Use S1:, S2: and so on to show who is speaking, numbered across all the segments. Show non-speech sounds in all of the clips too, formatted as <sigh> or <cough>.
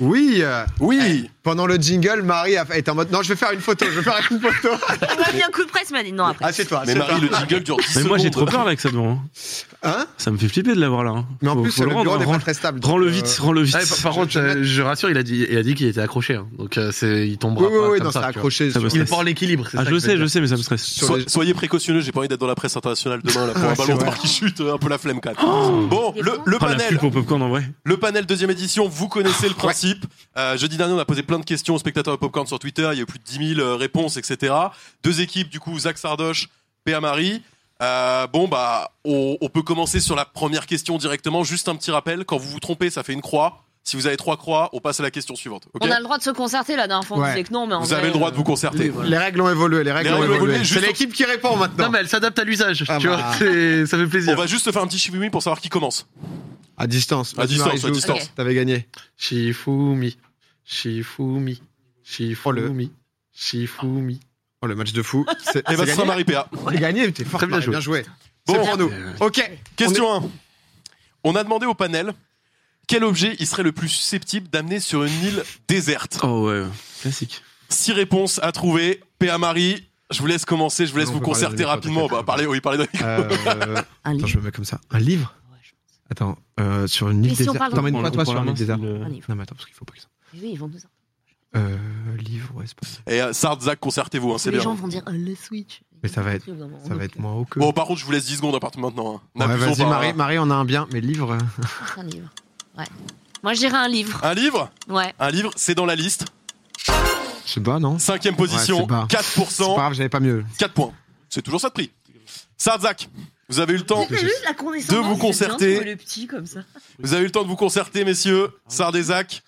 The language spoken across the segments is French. S1: Oui, euh,
S2: Oui.
S1: pendant le jingle, Marie a- est en mode. Non, je vais faire une photo, je vais faire une photo.
S3: On m'a mis un coup de presse, il m'a dit non après.
S1: ah, c'est toi.
S2: Mais
S1: c'est toi.
S2: Marie, le jingle dure 10
S4: Mais moi j'ai trop
S2: secondes.
S4: peur là que ça devant. hein.
S1: Hein
S4: Ça me fait flipper de l'avoir là. hein.
S1: Mais en
S4: Faut-
S1: plus,
S4: faut
S1: le
S4: rendre,
S1: bureau n'est
S4: hein.
S1: pas très stable.
S4: Rends-le
S1: donc,
S4: vite,
S1: euh,
S4: rends-le vite.
S5: Ouais, par, par contre,
S1: je-
S5: euh, je rassure, il a dit, il a dit qu'il était accroché, hein. donc euh, c'est, il tombera
S1: Oui, oui,
S5: pas
S1: oui,
S5: comme
S1: non, c'est
S5: ça. tu vois.
S1: accroché. sur-
S4: Ça me
S5: Il est
S4: stresse.
S5: pas en équilibre. c'est
S4: Ah,
S5: ça
S4: je
S5: que veux
S4: sais,
S5: dire.
S4: je sais, mais ça me stresse.
S1: sur
S2: So-
S1: les-
S2: Soyez précautionneux, j'ai pas envie d'être dans la presse internationale demain là, pour
S1: Ouais,
S2: un
S1: c'est
S2: ballon
S1: vrai.
S2: d'or qui chute, euh, un peu la flemme quand même. Bon, le, le
S4: Ah, la
S2: panel,
S4: pub pour Popcorn en vrai.
S2: le panel deuxième édition, vous connaissez le principe. Euh, jeudi dernier, on a posé plein de questions aux spectateurs de Popcorn sur Twitter, il y a eu plus de 10 000 euh, réponses, etc. Deux équipes, du coup, Zach Sardoche, Péa Marie. Euh, bon, bah, on, on peut commencer sur la première question directement. Juste un petit rappel, quand vous vous trompez, ça fait une croix. Si vous avez trois croix, on passe à la question suivante. ok
S3: On a le droit de se concerter la dernière fois, on
S1: Ouais.
S3: disait que non, mais en
S2: vous
S3: vrai,
S2: avez le droit de vous concerter.
S1: Les règles ont évolué, les règles
S2: Les
S1: ont
S2: règles ont
S1: évolué.
S2: évolué,
S1: C'est
S2: juste-
S1: l'équipe qui répond
S5: Non,
S1: maintenant.
S5: mais elle s'adapte à l'usage,
S1: Ah
S5: tu
S1: bah.
S5: vois, c'est- ça fait
S2: On
S5: plaisir.
S2: va juste se faire un petit chiboumi pour savoir qui commence.
S1: À distance.
S2: À
S1: vas-y,
S2: distance,
S1: Marie,
S2: à
S1: joue.
S2: distance.
S1: T'avais gagné.
S5: Shifumi, Shifumi, Shifumi, Shifumi.
S1: Oh, le match de fou. C'est
S2: Et
S1: c'est
S2: ben, ce sera
S1: gagné. <laughs>
S2: Marie-Péa.
S1: C'est gagné, t'es fort.
S5: Très bien
S1: Marie,
S5: joué. Euh,
S1: Bien joué.
S2: Bon.
S1: C'est pour nous. Ok.
S2: Question 1. On a demandé au panel quel objet il serait le plus susceptible d'amener sur une île déserte.
S4: Oh ouais, classique.
S2: 6 réponses à trouver. P.A. Marie, je vous laisse commencer, je vous laisse
S1: On
S2: vous
S1: peut parler
S2: concerter
S1: de micro,
S2: rapidement.
S1: peut-être.
S2: Bah, parlez, oui, parlez de micro.
S1: Euh,
S3: Un
S1: Attends,
S3: livre.
S1: je me mets comme ça. Un livre
S3: Ouais, je pense.
S1: Attends, euh, sur une île
S3: Et si on
S1: déserte.
S3: parle-
S1: T'emmènes pas
S4: On
S1: toi
S4: prend
S1: sur
S4: la
S1: une île
S4: main,
S1: déserte.
S4: le-
S3: Un livre.
S1: Non, mais attends, parce qu'il faut pas que ça.
S3: Mais Oui, ils vont nous dire.
S1: Euh, livre, ouais, c'est pas ça.
S2: Et euh, Sard, Zach, concertez-vous, hein, c'est
S3: Les
S2: bien.
S3: gens vont dire euh, le Switch.
S1: Mais ça va être-
S3: Ça
S1: Ça va être moins haut que.
S2: Bon, par contre, je vous laisse 10 secondes à partir de maintenant. hein.
S1: Ouais,
S2: N'abusons
S1: vas-y,
S2: pas,
S1: Marie,
S2: hein.
S1: Marie, on a un bien, mais livre. euh,
S3: Un livre. Ouais. Moi, je dirais un livre.
S2: Un livre
S3: Ouais.
S2: Un livre, c'est dans la liste.
S1: Je sais pas, non
S2: Cinquième
S1: Ouais,
S2: position,
S1: c'est bas. C'est pas
S2: 4%,
S1: grave, j'avais pas mieux.
S2: 4 points. C'est toujours ça de prix. Sard, Zach, vous avez eu le temps.
S3: la
S2: De vous concerter.
S3: Le petit comme ça. <laughs>
S2: Vous avez eu le temps de vous concerter, messieurs. Sardesac,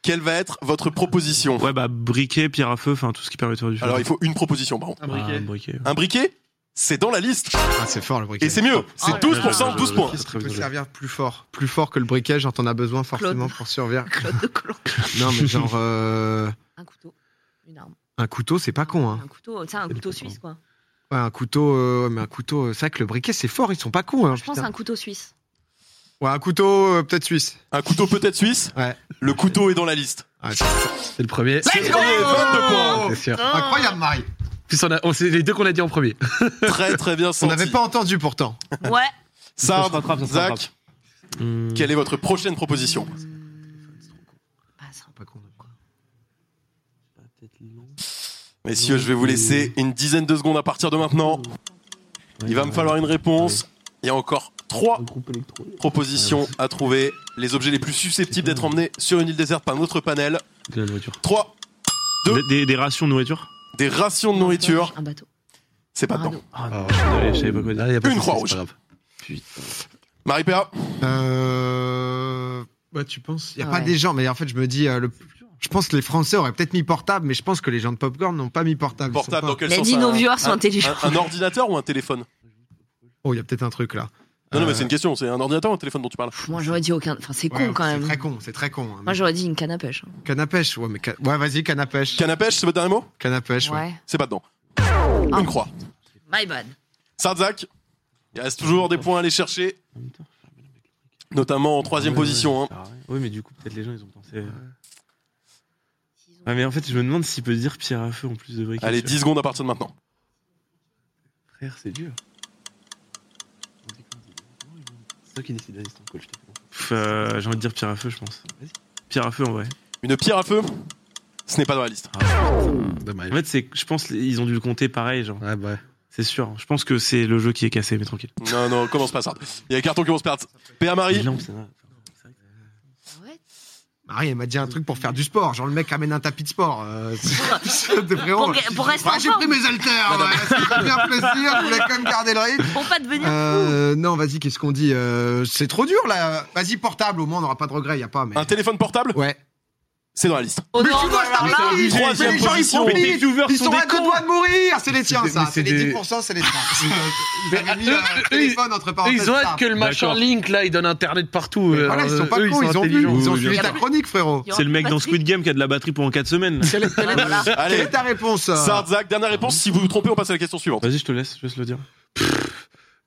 S2: quelle va être votre proposition
S4: Ouais, bah briquet, pierre à feu, enfin tout ce qui permet de faire du feu.
S2: Alors, il faut une proposition, par contre.
S5: Un
S4: Ah,
S5: briquet.
S4: briquet.
S2: Un briquet, c'est dans la liste.
S1: Ah, c'est fort le briquet.
S2: Et c'est mieux. C'est
S3: Ah,
S2: 12%,
S4: ouais.
S2: 12 points.
S1: Qu'est-ce qui
S4: Très
S1: peut
S4: bien.
S1: servir plus fort Plus fort que le briquet, genre t'en as besoin forcément pour survivre.
S3: Claude de Colomb.
S1: Non, mais genre euh,
S3: Un couteau. Une arme.
S1: un couteau, c'est pas con. Hein.
S3: Un couteau. Tu sais, un couteau suisse, quoi.
S1: Ouais, un couteau, euh, mais un couteau. euh, C'est vrai que le briquet, c'est fort. Ils sont pas cons. Hein,
S3: Je pense
S1: putain.
S3: un couteau suisse.
S1: Ouais, un couteau euh, peut-être suisse.
S2: Un couteau peut-être suisse.
S1: Ouais.
S2: Le couteau est dans la liste.
S1: Ouais, c'est-
S5: C'est le premier.
S2: C'est premier, 22 points.
S5: C'est
S3: Oh.
S5: sûr.
S1: Incroyable, Marie.
S5: Puis on a, on- c'est les deux qu'on a dit en premier.
S2: Très très bien
S1: On
S2: senti.
S1: n'avait pas entendu pourtant.
S3: Ouais.
S2: Sard,
S4: Ça se rattrape, ça se
S2: Zach,
S4: rattrape. Hum,
S2: quelle est votre prochaine proposition
S3: Bah, c'est un peu-
S1: Pas con.
S2: Messieurs, je vais vous laisser une dizaine de secondes à partir de maintenant. Il va me falloir une réponse. Il y a encore trois propositions à trouver. Les objets les plus susceptibles d'être emmenés sur une île déserte par notre panel.
S4: de la nourriture.
S2: 3. Deux.
S4: Des, des- des rations de nourriture
S2: Des rations de nourriture.
S3: Un bateau.
S2: C'est pas
S3: Un
S2: dedans.
S3: radeau.
S4: Ah, je savais pas quoi dire.
S5: Ah, y a pas de
S2: Une
S5: souci,
S2: croix
S5: c'est
S2: rouge.
S5: pas grave.
S2: Marie-Péa,
S1: Euh... Bah, tu penses Il y a
S3: Ah Ouais.
S1: pas des gens, mais en fait, je me dis, euh, le- je pense que les Français auraient peut-être mis portable, mais je pense que les gens de Popcorn n'ont pas mis portable. Ils sont
S2: portable
S1: pas-
S2: dans quel
S3: Mais
S2: sens
S3: dis,
S2: un-
S3: nos viewers sont
S2: un-
S3: intelligents.
S2: un- un ordinateur ou un téléphone
S1: Oh, il y a peut-être un truc là.
S2: Non, non, mais
S1: Euh,
S2: c'est une question. C'est un ordinateur ou un téléphone dont tu parles
S3: Pff, Moi, j'aurais dit aucun. Enfin, c'est
S1: ouais,
S3: con quand même.
S1: C'est très con, c'est très con. hein.
S3: Moi, j'aurais dit une canne à pêche. hein.
S1: Canne à pêche, ouais, mais ca- ouais, vas-y, canne à pêche.
S2: Canne à pêche, c'est votre dernier mot
S1: Canne à pêche, ouais.
S3: Ouais.
S2: C'est pas dedans.
S3: Ah.
S2: Une croix.
S3: My bad.
S2: Sardzak, il reste toujours des points à aller chercher, notamment en troisième
S3: Euh,
S4: Ouais, ouais,
S2: position. hein.
S4: ça sert à rien. Oui, mais du coup, peut-être les gens, ils ont pensé. euh, Ah, mais en fait, je me demande s'il peut dire pierre à feu en plus de briquet.
S2: Allez,
S4: tu
S2: 10 secondes à partir de maintenant.
S4: vois. Frère, c'est dur. C'est toi qui décide, vas-y, c'est ton call, je t'écoute. Pff, euh, J'ai envie de dire pierre à feu, je pense. Pierre à feu, en vrai.
S2: Une pierre à feu, ce n'est pas dans la liste.
S5: Dommage.
S4: En fait, c'est, je pense ils ont dû le compter pareil, genre.
S5: Ouais, bah ouais.
S4: C'est sûr. Je pense que c'est le jeu qui est cassé, mais tranquille.
S2: Non, non, commence pas, Sard. Il y a les cartons qui vont se perdre. P.A.
S4: Les
S2: Marie,
S4: lampes, c'est vrai.
S3: Ouais.
S1: Marie, elle m'a dit un truc pour faire du sport. Genre, le mec amène un tapis de sport. euh, <laughs> c'est- de frérot.
S3: Pour, pour rester
S1: Ouais,
S3: en
S1: j'ai
S3: forme.
S1: pris mes haltères. ouais, ça fait bien plaisir. Je voulais quand même garder le rythme.
S3: Pour pas devenir.
S1: Euh, non, vas-y, qu'est-ce qu'on dit Euh, C'est trop dur là. Vas-y, portable, au moins on n'aura pas de regrets, y a pas. Mais...
S2: un téléphone portable,
S1: Ouais.
S2: c'est dans la liste.
S3: Oh
S1: Mais
S3: non,
S1: tu dois
S3: alors là,
S1: t'arrêter
S2: Troisième
S1: Mais les gens, ils
S2: position.
S1: sont
S2: Mais
S1: vite.
S4: viewers
S1: Ils sont à deux doigts de mourir C'est les tiens,
S5: des-
S1: ça
S5: mais
S1: C'est
S5: c'est
S1: les
S5: des-
S1: 10%, c'est les tiens. Ils avaient mis
S5: Eux,
S1: euh,
S5: eux,
S1: téléphone entre parenthèses.
S5: Ils ont
S1: ça.
S5: hâte que le machin
S4: D'accord.
S5: Link là, il donne internet partout.
S1: Mais
S5: euh,
S1: voilà, ils sont pas
S5: eux,
S1: cons, ils ont vu,
S5: intelligents.
S1: ils ont
S4: Oui,
S1: suivi
S3: bien
S1: ta
S3: sûr.
S1: chronique, frérot.
S3: il y aura
S4: C'est le mec
S3: plus
S4: dans
S3: de
S4: Squid Game qui a de la batterie pendant 4 semaines. là.
S1: Quelle
S3: batterie. Voilà.
S1: quelle
S2: Allez,
S1: est ta réponse euh
S2: Sardzak, dernière réponse. Si vous vous trompez, on passe à la question suivante.
S4: Vas-y, je te laisse, je te laisse le dire.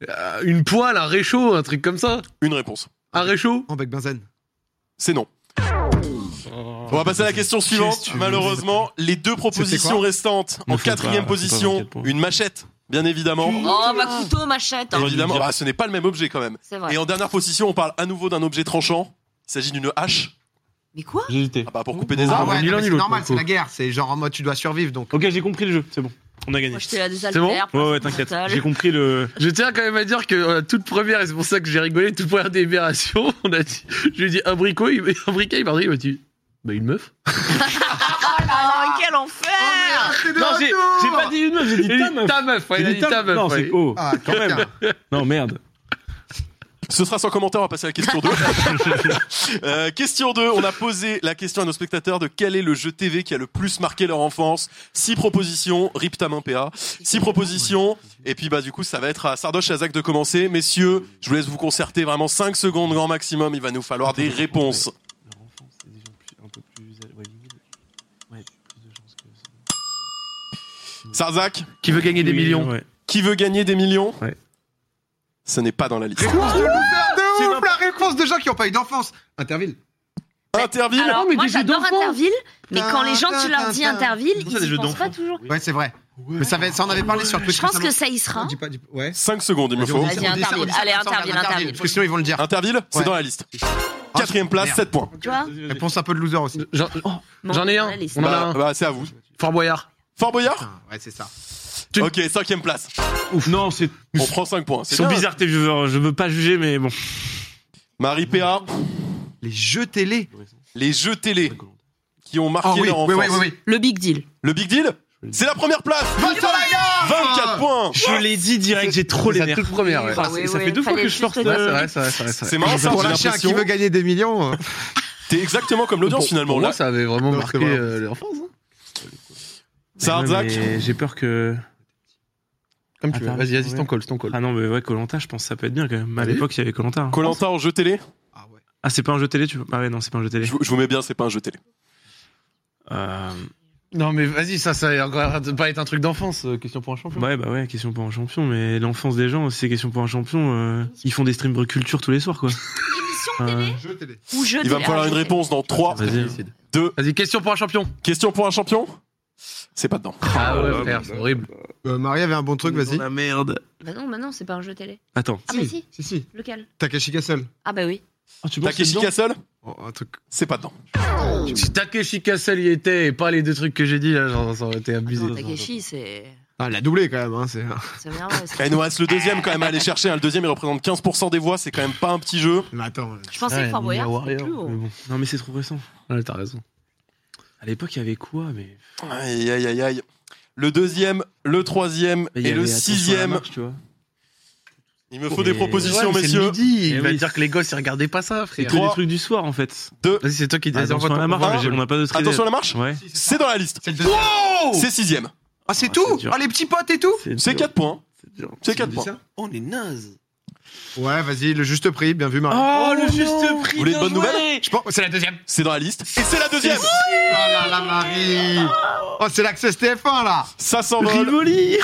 S5: Euh, Une poêle, un réchaud, un truc comme ça.
S2: Une réponse.
S5: Un réchaud
S1: En bec benzène.
S2: C'est non. On va passer à la question suivante. Malheureusement, les deux propositions
S4: quoi
S2: restantes en
S4: Ne faut pas-
S2: quatrième
S4: faut pas
S2: position,
S4: m'inquiéter pour.
S2: une machette, bien évidemment.
S3: Oh, ma couteau, machette. hein.
S4: Et-
S2: Évidemment,
S4: dire.
S2: bah, ce n'est pas le même objet quand même.
S3: C'est vrai.
S2: Et en dernière position, on parle à nouveau d'un objet tranchant. Il s'agit d'une hache
S3: Mais quoi
S4: J'ai hésité.
S2: Ah bah, pour couper des
S1: Ah
S2: arbres.
S1: ouais,
S4: ni
S1: non,
S4: l'un
S1: mais
S4: ni
S1: c'est
S4: l'autre,
S1: normal,
S4: pour
S1: c'est
S4: le
S1: la guerre. C'est genre en mode tu dois survivre donc.
S4: Ok, j'ai compris le jeu, c'est bon. On a gagné.
S3: Moi, j'étais la deux
S5: bon
S3: altères.
S4: Ouais, ouais, t'inquiète.
S3: Total.
S4: J'ai compris le.
S5: Je tiens quand même à dire que euh, toute première, et c'est pour ça que j'ai rigolé, toute première délibération, <laughs> on a dit, je lui ai dit un bricot, il, un briquet, il m'a dit, il m'a dit, bah une meuf.
S3: Oh là là, quel
S6: Ah,
S1: Oh,
S3: enfer
S4: Non, j'ai j'ai pas dit une meuf, j'ai dit
S5: Il
S4: ta
S5: dit,
S4: meuf.
S5: Ta meuf, ouais,
S4: J'ai
S5: il a dit ta meuf.
S4: Non,
S5: ouais.
S4: c'est oh.
S1: Ah,
S4: quand même. Non, merde.
S2: Ce sera sans commentaire, on va passer à la
S1: <laughs>
S2: question 2. Euh, question 2, on a posé la question à nos spectateurs de quel est le jeu TV qui a le plus marqué leur enfance. Six propositions, rip ta main PA. Six propositions, et puis bah du coup ça va être à Sardoche et à Zach de commencer. Messieurs, je vous laisse vous concerter vraiment 5 secondes grand maximum, il va nous falloir des réponses.
S4: Leur enfance, c'est des gens plus- un peu plus. Ouais, limite. Ouais, plus de chances que ça.
S2: Sarzac,
S5: Qui veut gagner des millions
S4: Ouais.
S2: qui veut gagner des millions
S4: Ouais.
S2: Ce n'est pas dans la liste.
S1: Réponse de loser
S4: C'est
S1: de ouf,
S4: pas-
S1: la réponse de gens qui n'ont pas eu d'enfance. Interville.
S2: Interville
S3: Alors,
S4: mais
S3: moi,
S4: des jeux
S3: j'adore
S4: d'enfants.
S3: Interville, mais quand les gens, tu
S1: Tintin,
S3: leur dis
S1: tintin.
S3: Interville,
S4: C'est ça, des
S3: ils y
S4: jeux
S3: pensent pas
S4: d'enfants.
S3: toujours.
S1: Ouais, c'est vrai. Mais ça, va- ça, on avait parlé sur Twitch.
S3: Je pense que
S1: récemment.
S3: ça y sera.
S1: Non, dis pas, dis pas- Ouais.
S2: 5 secondes, il me
S1: Vas-y,
S2: faut.
S1: on dit ça, on dit ça, on dit ça,
S3: Allez,
S1: comme ça, on
S3: Interville,
S1: regarde
S3: Interville.
S1: Parce que sinon, ils vont le dire.
S2: Interville, c'est
S1: Ouais.
S2: dans la liste.
S1: Ah,
S2: Quatrième place,
S1: merde.
S2: 7 points.
S3: Tu vois
S4: Vas-y, vas-y.
S1: Réponse un peu de loser aussi.
S5: J'en
S4: Oh.
S3: Bon,
S5: j'en ai
S3: on a
S5: un.
S3: la liste.
S5: On en a
S2: Bah,
S5: un.
S2: bah, c'est à vous.
S5: Fort Boyard.
S2: Fort Boyard
S1: Putain, Ouais, c'est ça.
S5: Tu-
S2: Ok, cinquième place.
S4: Ouf. Non, c'est.
S2: On prend 5 points.
S4: Ils
S2: C'est
S4: sont
S2: bien.
S4: bizarres tes viewers, je veux pas juger, mais bon.
S2: Marie PA,
S1: Les jeux télé.
S2: les jeux télé qui ont marqué
S1: Oh oui,
S2: leur enfance.
S1: oui, oui, oui, oui. Ah.
S3: Le Big Deal.
S2: Le Big Deal, c'est la première place.
S1: Bah,
S2: 24 points.
S4: Je l'ai dit direct, j'ai trop les
S5: C'est la
S4: nerfs.
S5: toute première, ouais.
S4: Ah,
S5: Ouais,
S4: c'est-
S3: Ouais,
S4: ça
S3: ouais,
S4: fait deux fois
S3: fallait
S4: que je force
S3: juste
S5: c'est
S3: le
S4: de-
S5: vrai, c'est vrai, c'est vrai. c'est vrai.
S2: C'est marrant ça,
S1: Pour
S2: j'ai
S1: lâcher un qui
S2: l'impression.
S1: veut gagner des millions. euh,
S2: T'es exactement comme l'audience
S5: Pour-
S2: finalement.
S5: pour moi,
S2: Là,
S5: ça avait vraiment
S1: Non,
S5: marqué
S1: c'est vrai.
S5: euh, l'enfance. hein.
S2: Sarzac,
S4: Ouais, mais J'ai peur que.
S5: Comme tu veux.
S4: Attends,
S5: Vas-y, vas-y,
S4: ouais.
S5: ton call, ton call.
S4: Ah non, mais ouais, Colanta, je pense que ça peut être bien quand même. À
S5: Allez.
S4: l'époque, il y avait Colanta. hein.
S2: Colanta en jeu télé.
S1: Ah ouais.
S4: Ah, c'est pas un jeu télé, tu vois Ah ouais, non, c'est pas un jeu télé.
S2: Je, vous- je vous mets bien, c'est pas un jeu télé.
S4: Euh,
S5: Non, mais vas-y, ça, ça a encore l'air de pas être un truc d'enfance. euh, Question pour un champion.
S4: Ouais, bah ouais, question pour un champion, mais l'enfance des gens, c'est question pour un champion. euh, Ils font des streams culture tous les
S2: <laughs>
S4: soirs, quoi.
S3: Émission
S4: Euh,
S1: Jeux télé.
S3: ou jeu
S2: Il va me falloir une réponse dans 3,
S4: Vas-y.
S5: Vas-y, décide.
S2: 2.
S5: Vas-y, question pour un champion.
S2: Question pour un champion C'est pas dedans.
S5: Ah ouais,
S4: ouais,
S5: frère, c'est horrible.
S1: Euh, Marie avait un bon truc, vas-y.
S4: La merde.
S3: Bah non, bah non, c'est pas un jeu télé.
S4: Attends.
S3: Ah bah si,
S1: Si, si.
S3: lequel
S1: Takashi Castle.
S3: Ah bah oui.
S4: Ah, tu penses que
S2: Takeshi
S4: c'est dedans
S2: Castle
S1: Oh, un truc.
S2: C'est pas dedans.
S5: Si Takeshi Castle y était et pas les deux trucs que j'ai dit, là, genre, ça aurait été abusé.
S3: Attends, Takeshi, c'est.
S1: Ah, elle a doublé quand même. Hein, c'est...
S3: C'est bien ouais, c'est-
S2: Et nous reste le deuxième quand même à aller chercher. hein. Le deuxième, il représente 15% des voix. C'est quand même pas un petit jeu.
S1: <laughs> Mais attends. euh,
S3: Je pensais
S5: Ouais,
S3: que Fort Boyard,
S5: Ninja
S3: c'était
S5: Warrior,
S3: plus haut.
S2: Oh.
S4: Mais bon. Non, mais c'est trop récent.
S5: Ouais, t'as raison.
S4: À l'époque, il y avait quoi mais...
S2: Aïe, aïe, aïe, aïe. Le deuxième, le troisième
S4: Mais il y
S2: et le
S4: avait Attention à la
S2: sixième.
S4: marche, tu vois.
S2: Il me faut
S4: Mais-
S2: des propositions,
S5: Ouais, mais c'est le
S2: messieurs.
S5: midi,
S4: Eh
S5: Il va
S4: oui.
S5: dire que les gosses, ils regardaient pas ça,
S4: C'est
S5: frère.
S4: que
S2: Trois.
S4: des trucs du soir, en fait.
S5: Vas-y, c'est toi qui dis.
S4: Attention à la
S5: vote pour
S4: marche,
S5: moi,
S4: on n'a pas d'autre idée.
S2: Attention à la marche.
S4: Ouais.
S2: C'est dans la liste.
S1: C'est le deuxième.
S2: C'est sixième.
S1: Ah, c'est
S4: Ah,
S1: tout
S4: c'est dur.
S1: Ah, les petits potes et tout
S2: C'est
S4: dur.
S2: 4 points.
S4: C'est dur.
S2: C'est 4 points.
S6: On est naze.
S1: Ouais, vas-y, le juste prix, bien vu, Marie.
S4: Oh, le juste prix
S2: Vous voulez de bonnes nouvelles
S1: Je pense... C'est la deuxième.
S2: C'est dans la liste. Et c'est la deuxième.
S1: Oh là là, Marie Oh, c'est l'accès TF1 là
S2: Ça s'envole.
S4: Rivoli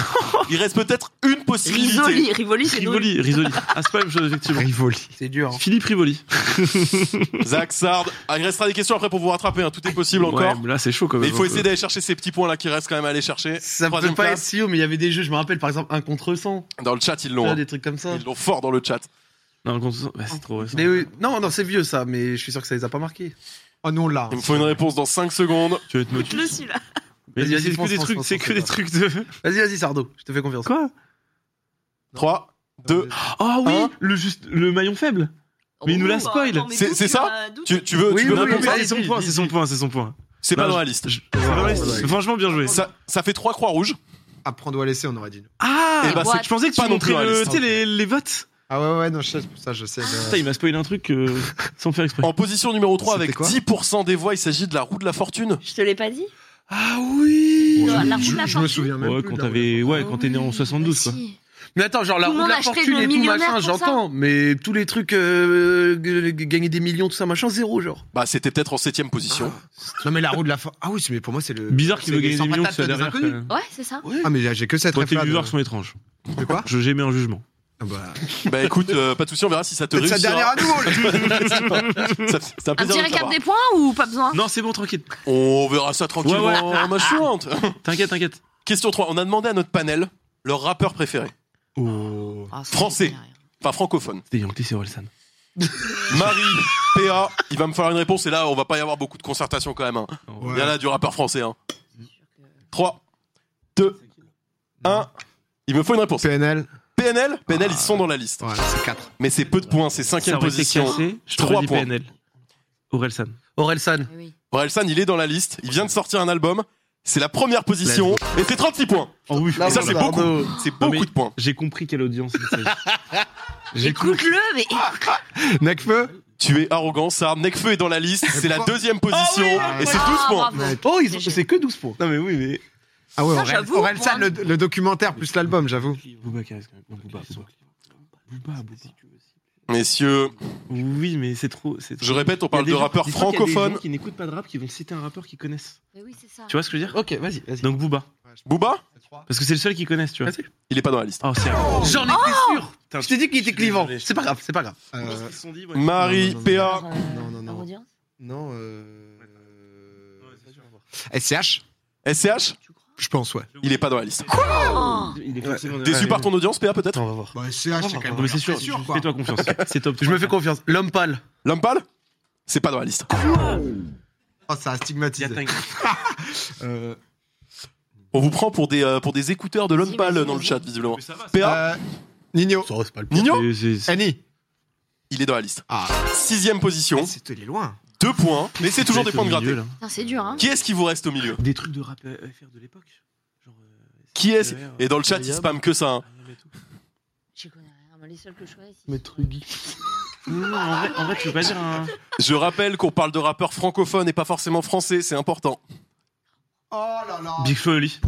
S2: Il reste peut-être une possibilité.
S3: Rivoli, Rivoli, c'est nous.
S4: Rivoli, Risoli. Ah, c'est pas la même chose, effectivement.
S1: Rivoli.
S6: C'est dur. hein.
S4: Philippe Rivoli.
S2: Zach Sard. Ah, il restera des questions après pour vous rattraper. hein. Tout est possible
S4: Ouais, bah,
S2: encore.
S4: mais là, c'est chaud quand même.
S2: Mais il faut essayer d'aller chercher ces petits points là qui restent quand même à aller chercher.
S5: Ça
S2: Troisième
S5: peut pas être
S2: place.
S5: si haut, mais il y avait des jeux, je me rappelle, par exemple, un contre 100.
S2: Dans le chat, ils
S5: tu
S2: l'ont.
S5: vois,
S2: hein.
S5: Des trucs comme ça.
S2: Ils l'ont fort dans le chat.
S4: Non, contre ça, bah, c'est trop récent.
S5: Mais oui, non, non, c'est vieux ça, mais je suis sûr que ça les a pas marqués.
S1: Oh non, là
S2: Il me faut une réponse dans 5 secondes.
S4: Tu vas être motus.
S3: Le celui-là.
S4: Mais
S5: Vas-y,
S4: c'est
S5: vas-y,
S4: que
S5: pense,
S4: des
S5: pense,
S4: trucs,
S5: pense,
S4: c'est
S5: pense,
S4: que des
S5: pense.
S4: trucs de.
S5: Vas-y, vas-y, Sardo, je te fais confiance.
S4: Quoi
S2: 3, 2.
S4: Ah oui,
S2: Hein
S4: le juste, le maillon faible. Mais il nous la spoil.
S2: C'est- c'est ça Tu, tu veux, tu
S5: Oui,
S2: veux
S5: oui,
S2: répondre
S5: oui,
S2: ça
S5: oui.
S4: c'est son point, c'est son point, c'est son point.
S2: C'est pas
S4: Non,
S2: dans
S4: je-
S2: la liste.
S4: Je- c'est dans la liste.
S5: Ouais.
S4: Franchement, bien joué.
S2: Ça, ça fait 3 croix rouges.
S1: Apprendre ou à laisser, on aurait dit. non.
S4: Ah,
S2: Eh bah,
S3: c'est
S4: je pensais que
S2: pas
S4: tu
S2: non plus
S4: montrais
S2: dans la
S4: le-
S2: liste.
S4: tu sais, les, les votes.
S1: Ah ouais, ouais, non, je sais, c'est pour ça, je sais. mais-
S3: Ah,
S4: Putain, il m'a spoilé un truc euh, <laughs> sans faire exprès.
S2: En position numéro 3 avec
S1: C'était quoi
S2: 10% des voix, il s'agit de la roue de la fortune.
S3: Je te l'ai pas dit
S4: Ah oui
S3: Non, la roue de
S1: je,
S3: la
S1: je me
S3: fortune.
S1: souviens même
S4: Ouais,
S1: plus.
S4: quand
S1: de la-
S4: t'avais. Ouais, quand t'es né en 72,
S6: Bah,
S3: Bah,
S4: quoi.
S5: Mais attends, genre la
S3: Tout le
S5: roue
S3: monde
S5: de la
S3: achète
S5: fortune
S3: le
S5: et tout
S3: millionnaire
S5: machin,
S3: pour ça.
S5: j'entends, mais tous les trucs, euh, g- g- gagner des millions, tout ça machin, zéro genre.
S2: Bah, c'était peut-être en 7 position.
S1: Non, mais la roue de la fortune. Ah oui, c'est- mais pour moi, c'est le.
S4: Bizarre qu'il
S1: c'est
S4: veut
S1: les
S4: gagner des
S1: cent
S4: millions,
S1: patates
S4: ça
S1: des
S4: derrière.
S1: inconnus.
S4: quand même.
S3: Ouais, c'est ça.
S1: Ah, mais j'ai que cette
S4: Toi, tes
S1: réflexion.
S4: viewers sont étranges.
S1: De quoi
S4: Je j'ai mis un jugement.
S1: Ah bah,
S2: Bah écoute, euh, pas de souci, on verra si ça te
S1: peut-être sa dernière
S4: hein.
S2: réussira.
S1: à nouveau.
S4: <laughs>
S1: le-
S2: <laughs> Ça- C'est un
S3: Un petit
S2: plaisir de te
S3: récap
S2: voir.
S3: des points ou pas besoin
S5: Non, c'est bon, tranquille.
S2: On verra ça tranquillement
S5: Ouais,
S2: en match suivante.
S5: T'inquiète, t'inquiète.
S2: Question 3. On a demandé à notre panel leur rappeur préféré.
S1: Oh.
S3: Ah, ça,
S2: Français.
S3: c'est rien.
S2: Enfin, francophone.
S5: C'était Yankee, c'est Orelsan.
S2: Marie, PA, il va me falloir une réponse et là, on va pas y avoir beaucoup de concertation quand même. hein. Il y en a du rappeur français. Hein. 3, 2, 1. Il me faut une réponse.
S1: PNL.
S2: PNL PNL,
S1: Ah.
S2: ils sont dans la liste.
S1: Voilà, c'est 4.
S2: Mais c'est peu de points, c'est cinquième position.
S5: Je
S2: Trois
S5: t'aurais dit
S2: points.
S5: PNL.
S4: Orelsan.
S5: Orelsan.
S3: Oui, oui.
S2: Orelsan, il est dans la liste. Il vient de sortir un album. C'est la première position. Et c'est 36 points.
S4: Oh oui,
S2: Et ça, c'est beaucoup. C'est
S4: Non,
S2: beaucoup
S4: mais-
S2: de points.
S4: J'ai compris quelle audience il s'agit. J'ai compris.
S3: Écoute-le, mais
S1: Necfeu
S2: Tu es arrogant, ça. Nekfeu est dans la liste. C'est la
S1: pourquoi-
S2: deuxième position.
S1: oui,
S2: et c'est 12
S3: Ah,
S2: points.
S3: bravo.
S4: Oh, ils ont-
S3: Léger.
S4: c'est que 12 points. Non, <laughs> mais oui, mais.
S1: Ah ouais,
S3: Ça,
S1: Aurel,
S3: j'avoue,
S1: Orelsan, le,
S3: moi.
S1: le documentaire plus l'album, j'avoue.
S4: Booba Kares, quand même. Non, Booba, Booba. Booba, Booba.
S2: Messieurs,
S4: Oui, mais c'est trop. c'est trop-
S2: je répète, on
S4: Il y a
S2: parle
S4: des
S2: de
S4: gens-
S2: rappeurs
S4: des fois, il y a des gens
S2: francophones.
S4: qui n'écoutent pas de rap, qui vont citer un rappeur qu'ils connaissent.
S3: Mais oui, c'est ça.
S4: Tu vois ce que je veux dire
S5: Ok, vas-y, vas-y.
S4: Donc Booba.
S2: Booba,
S4: Parce que Ah, c'est le seul qu'ils connaissent, tu vois.
S5: Vas-y.
S2: il est pas dans la liste.
S4: Oh, c'est un-
S5: J'en étais sûr.
S4: Putain,
S5: Je t'ai dit qu'il
S4: je
S5: était
S4: suis
S5: clivant.
S4: désolé.
S5: C'est pas grave, c'est pas grave.
S1: Euh,
S4: Ils se sont dit, ouais.
S2: Marie,
S1: Non, non, non,
S2: PA.
S3: Alors, euh,
S1: Non, non, non.
S3: leur audience,
S1: non, euh...
S4: Euh,
S1: SCH
S2: SCH,
S3: tu crois
S1: Je pense, ouais.
S2: il est pas dans la liste.
S3: Oh
S4: Il est forcément-
S2: Déçu
S4: Ouais,
S2: par ton audience, PA peut-être
S5: Attends, on va voir.
S1: Bah, SCH, c'est quand
S4: Non,
S1: même.
S4: Ah, mais c'est sûr,
S1: quoi.
S4: fais-toi confiance. <laughs> C'est top.
S5: Je me fais confiance. L'homme pâle.
S2: L'homme pâle C'est pas dans la liste.
S1: Oh, ça a stigmatisé.
S4: Yatang.
S1: Euh,
S2: On vous prend pour des, euh, pour des écouteurs de l'homme
S3: Vas-y,
S2: pâle
S3: vas-y,
S2: dans le
S3: vas-y.
S2: chat, visiblement.
S4: Mais ça va,
S2: PA,
S1: euh, Nino.
S5: Ça, c'est pas le pire.
S2: Nino,
S4: c'est- c'est-
S1: Annie.
S2: il est dans la liste.
S1: Ah,
S2: Sixième position,
S1: Eh, c'est il est loin.
S2: deux points, mais c'est toujours
S4: ça
S2: des
S4: va
S2: points de
S4: être au milieu,
S2: gratté.
S4: là.
S3: Putain, c'est dur, hein.
S2: Qui est-ce qui vous reste au milieu
S4: Des trucs de rap euh, FR de l'époque. Genre, euh,
S2: Qui est-ce
S4: CR,
S2: Et dans le chat, ils
S4: William,
S2: spamment que ça. hein.
S4: William et tout.
S3: J'y connais rien. Moi, les seuls que je connais, c'est.
S4: Mais Truggy. Non, non, en vrai, en vrai, tu veux pas dire un.
S2: Je rappelle qu'on parle de rappeurs francophones et pas forcément français, c'est important.
S1: Oh là là.
S4: Big Flo et Oli.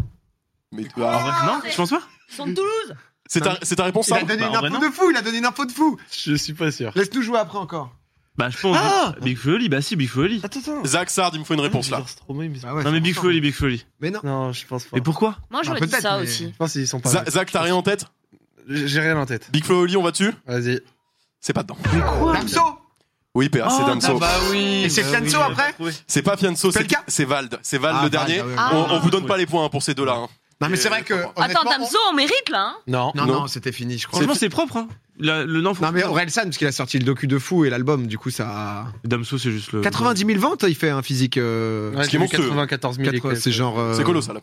S2: Mais
S4: En
S2: ah,
S4: vrai, non, tu penses pas
S3: Ils sont de Toulouse
S2: c'est ta, c'est ta réponse
S1: Il a
S2: simple
S1: donné
S4: Bah,
S1: une
S4: en vrai,
S1: info
S4: non.
S1: de fou, il a donné une info de fou.
S5: Je suis pas sûr.
S1: Laisse-nous jouer après encore.
S4: Bah, je pense.
S5: Ah
S4: Big Flo et Oli, bah si, Big Flo et Oli.
S5: Attends, attends. Ah,
S2: Zach Sard, il me faut une réponse là.
S1: Bah ouais,
S4: Non, mais
S1: c'est
S4: Big
S1: pour
S4: Flo et
S1: ça.
S4: Oli, Big Flo et Oli.
S1: Mais non.
S5: Non, je pense pas.
S4: Mais pourquoi
S3: Moi, j'aurais
S1: Ah,
S3: dit
S1: peut-être,
S3: ça
S1: mais-
S3: aussi.
S5: Ah. Je pense qu'ils sont pas.
S2: Za- Zach, t'as rien en tête
S5: J'ai rien en tête.
S2: Big Flo et Oli, on va dessus
S5: Vas-y.
S2: C'est pas dedans.
S1: Damso
S2: Oui, PA, c'est
S4: Oh,
S2: Damso.
S5: Bah oui.
S1: Et c'est
S5: bah
S1: Fianso
S5: oui.
S1: après
S2: C'est pas Fianso, c'est
S1: Pelka
S2: c'est Vald. C'est Vald
S1: Ah,
S2: le
S1: Vald,
S2: dernier.
S1: ah ouais, ouais.
S2: On, on vous donne
S4: Ah.
S2: pas les points hein, pour ces deux-là. hein.
S1: Non, mais
S2: Et-
S1: c'est vrai que.
S3: Attends,
S1: honnêtement,
S3: Damso, on mérite là, hein
S5: Non.
S1: on- Non,
S2: Non.
S1: non, c'était fini, je crois.
S4: Franchement, c'est propre, hein. La- le nom, faut-
S1: Non, mais Orelsan, parce qu'il a sorti le docu de fou et l'album, du coup, ça.
S4: Damso, c'est juste le.
S1: 90 000 ventes, il fait un physique. euh,
S5: Ouais,
S2: Ce qui
S5: j'ai
S2: est
S5: vu
S2: monstrueux.
S5: 94 000
S1: quatre-
S5: écoles.
S1: c'est genre. euh,
S2: C'est colossal.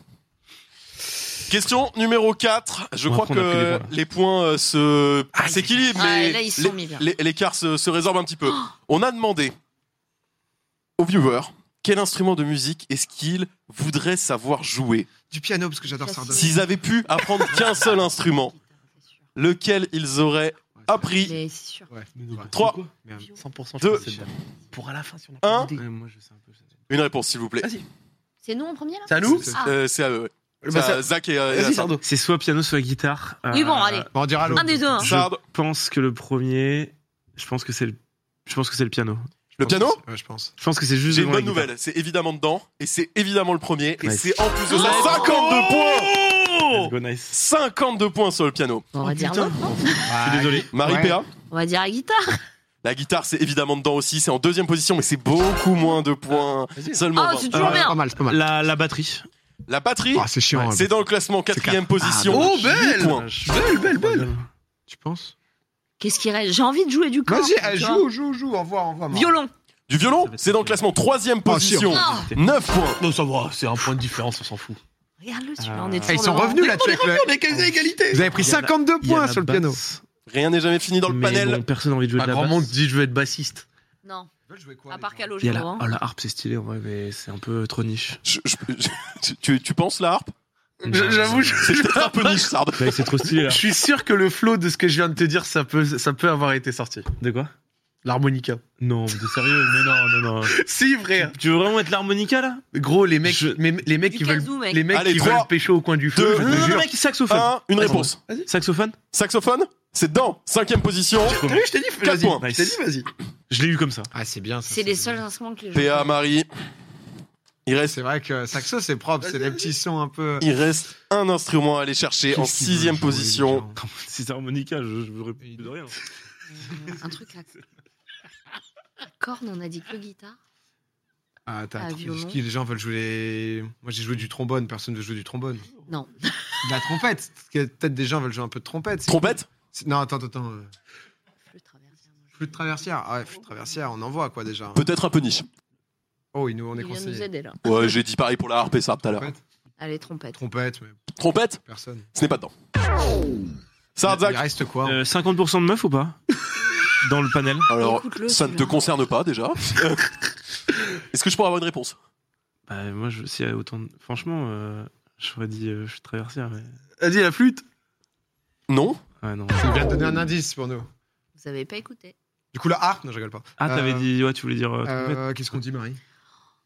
S2: Question numéro 4. Je
S4: On va
S2: crois
S4: prendre après les
S2: que
S4: points, là.
S2: les points euh, se
S1: Ah,
S2: s'équilibrent,
S3: Ah,
S2: mais
S3: et là, ils sont
S2: l'é-
S3: mis bien.
S2: l'é- l'écart se, se résorbe un petit peu. On a demandé aux viewers quel instrument de musique est-ce qu'ils voudraient savoir jouer
S1: Du piano, parce que j'adore Sardin.
S2: S'ils avaient pu apprendre qu'un seul instrument, lequel ils auraient appris
S3: Mais c'est sûr.
S1: Ouais.
S2: Trois.
S5: 100%
S2: Deux.
S5: je pense que c'est dedans. Pour à la fin, si on a
S2: Un.
S5: pas d'idée.
S4: Ouais, moi, je sais un peu. ça.
S2: Une réponse, s'il vous plaît.
S3: C'est nous en premier là
S5: C'est à nous
S1: C'est-
S3: Ah.
S2: Euh, C'est à eux.
S5: Bah,
S2: C'est à
S5: ça-
S2: Zach et, euh, et à
S5: Vas-y,
S2: Sard.
S5: Sardo.
S4: C'est soit piano, soit guitare.
S3: Oui,
S4: Euh,
S3: bon, allez.
S1: Bon, on dira l'autre.
S3: Un des deux, hein.
S4: Je-
S2: Sard,
S4: pense que le premier, je pense que c'est le, je pense que c'est le piano.
S2: le piano
S1: Ouais, je pense.
S4: Je pense que c'est juste
S2: J'ai une
S4: devant la
S2: bonne
S4: guitare.
S2: nouvelle, c'est évidemment dedans, et c'est évidemment le premier, et
S4: Nice.
S2: c'est en plus de ça
S3: Oh
S2: 52 points
S4: Let's go, nice.
S2: 52 points sur le piano.
S3: On va dire
S4: Oh, putain.
S3: l'autre, non
S4: Je suis désolé.
S2: Marie
S1: Ouais.
S2: PA,
S3: On va dire la guitare.
S2: la guitare c'est évidemment dedans aussi, c'est en deuxième position, mais c'est beaucoup moins de points.
S5: Vas-y.
S2: Seulement
S3: Ah,
S2: 20.
S3: c'est
S1: Ah,
S3: toujours
S1: C'est
S3: bien.
S1: pas mal, c'est pas mal.
S4: La, la batterie.
S2: La batterie,
S1: Ah, c'est chiant. hein.
S2: c'est dans le classement, quatrième position.
S5: Ah, bon. Oh,
S2: huit
S5: belle
S4: Euh,
S2: points.
S5: Belle, belle, belle.
S1: Tu penses
S3: Qu'est-ce qui reste J'ai envie de jouer du corps.
S1: Vas-y,
S6: Ah,
S3: tu
S1: euh,
S3: vois.
S1: joue, joue, joue. Au revoir, au revoir. Marc.
S3: Violon.
S2: Du violon,
S4: Ça va être
S2: c'est dans le
S4: compliqué.
S2: classement, troisième
S1: Ah, si,
S2: position.
S3: Ah,
S2: Neuf 9 points.
S5: Non, ça va, c'est un point de différence, on s'en fout.
S3: Regarde-le,
S4: Ah.
S3: celui-là, on est
S1: Eh,
S3: toujours hein.
S1: Ils sont
S3: devant.
S1: revenus là, tu avec le-
S5: On est quasi à égalité
S1: Vous avez pris
S4: Il y a la-
S1: 52
S4: Il y a
S1: points
S4: la
S1: sur le piano.
S4: basse,
S2: Rien n'est jamais fini dans le
S4: mais
S2: panel.
S4: bon, personne n'a envie de jouer
S5: Pas
S4: de la
S5: grand
S4: basse.
S5: monde dit je veux être bassiste.
S3: Non, à
S1: À
S3: part Calo,
S4: Il y
S3: je
S4: a la,
S3: crois.
S6: hein.
S4: oh, la harpe, c'est stylé en vrai, mais c'est un peu trop <laughs> niche.
S2: Je- je- je- tu- tu, tu penses la harpe
S5: Je- J'avoue, je,
S2: C'est peut-être un peu niche, Sard.
S4: Mec, Bah, c'est trop stylé là.
S5: je suis sûr que le flow de ce que je viens de te dire, ça peut, ça peut avoir été sorti.
S4: <laughs> De quoi
S5: L'harmonica.
S4: Non, de sérieux, mais non, non, non.
S5: Si, vrai.
S4: <laughs> Tu veux vraiment être l'harmonica là
S5: Gros, les mecs,
S4: Je-
S5: mais- les mecs
S3: Du
S5: qui veulent,
S3: kazoo, mec.
S5: les mecs
S2: Allez,
S5: qui
S2: trois,
S5: veulent pécho au coin du feu,
S2: deux,
S5: je
S4: Non, non,
S5: vous
S4: non,
S5: jure.
S4: mec, saxophone.
S2: Un, une réponse.
S4: Saxophone
S2: Saxophone, c'est dedans, cinquième position.
S5: T'as vu, je t'ai dit,
S2: Quatre
S5: vas-y.
S4: points.
S5: Je t'ai dit, vas-y.
S4: <laughs> Je l'ai eu comme ça.
S1: Ah, c'est bien. ça,
S3: C'est les seuls instruments que les gens.
S2: PA Marie. Il reste,
S1: C'est vrai que Saxo, c'est propre, c'est des petits sons un peu.
S2: il reste un instrument à aller chercher en
S1: Qu'est-ce qu'il
S2: sixième
S1: veut jouer, les
S2: position.
S1: gens
S4: C'est harmonica, je, je voudrais plus de rien.
S6: Un truc à... à <laughs> corne, on a dit que guitare.
S1: Ah, t'as
S6: Ah,
S1: trop-
S6: violon.
S1: qui, les gens veulent jouer les. Moi, j'ai joué du trombone, personne ne veut jouer du trombone.
S6: Non.
S1: De la trompette. parce que Peut-être des gens veulent jouer un peu de trompette. c'est-
S2: Trompette
S1: c'est- Non, attends, attends, attends. euh,
S6: Flûte traversière. moi, je-
S1: Flûte traversière. Ah ouais, flûte traversière, on en voit quoi déjà. hein.
S2: Peut-être un peu niche.
S1: Oh, il nous, on est
S6: Il vient nous
S1: conseillé.
S6: aider là.
S2: Ouais, j'ai dit pareil pour la harpe et ça tout à l'heure.
S1: Trompette,
S6: Allez, trompette.
S1: trompette, mais
S2: Trompette,
S1: personne.
S2: ce n'est pas dedans.
S1: Il
S2: Sarzac,
S1: reste quoi hein
S4: Euh, 50% de meufs ou <laughs> pas Dans le panel
S2: alors
S6: Écoute-le,
S2: ça ne te
S6: celui-là.
S2: concerne pas
S1: <laughs>
S2: déjà. Est-ce que je pourrais avoir une réponse
S4: Bah, moi, je, s'il y a autant de- Franchement, euh, j'aurais dit euh, je suis traversière, mais.
S5: Vas-y, la flûte
S2: Non
S4: Ouais, non.
S1: Il vient de donner un indice pour nous.
S6: Vous avez pas écouté.
S1: Du coup, la harpe, non, je rigole pas.
S4: Ah, t'avais
S1: Euh,
S4: dit, ouais, tu voulais dire. euh, trompette.
S1: Euh, Qu'est-ce qu'on dit, Marie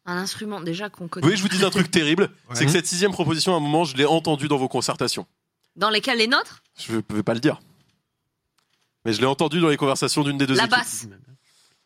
S6: Un instrument déjà qu'on
S2: Vous
S6: connaît.
S2: voulez que je vous dise un truc terrible C'est que
S1: Ouais.
S2: cette sixième proposition, à un moment, je l'ai entendue dans vos concertations.
S6: Dans lesquels les nôtres
S2: Je ne pouvais pas le dire. Mais je l'ai entendue dans les conversations d'une des deux
S6: La
S2: équipes.
S6: basse.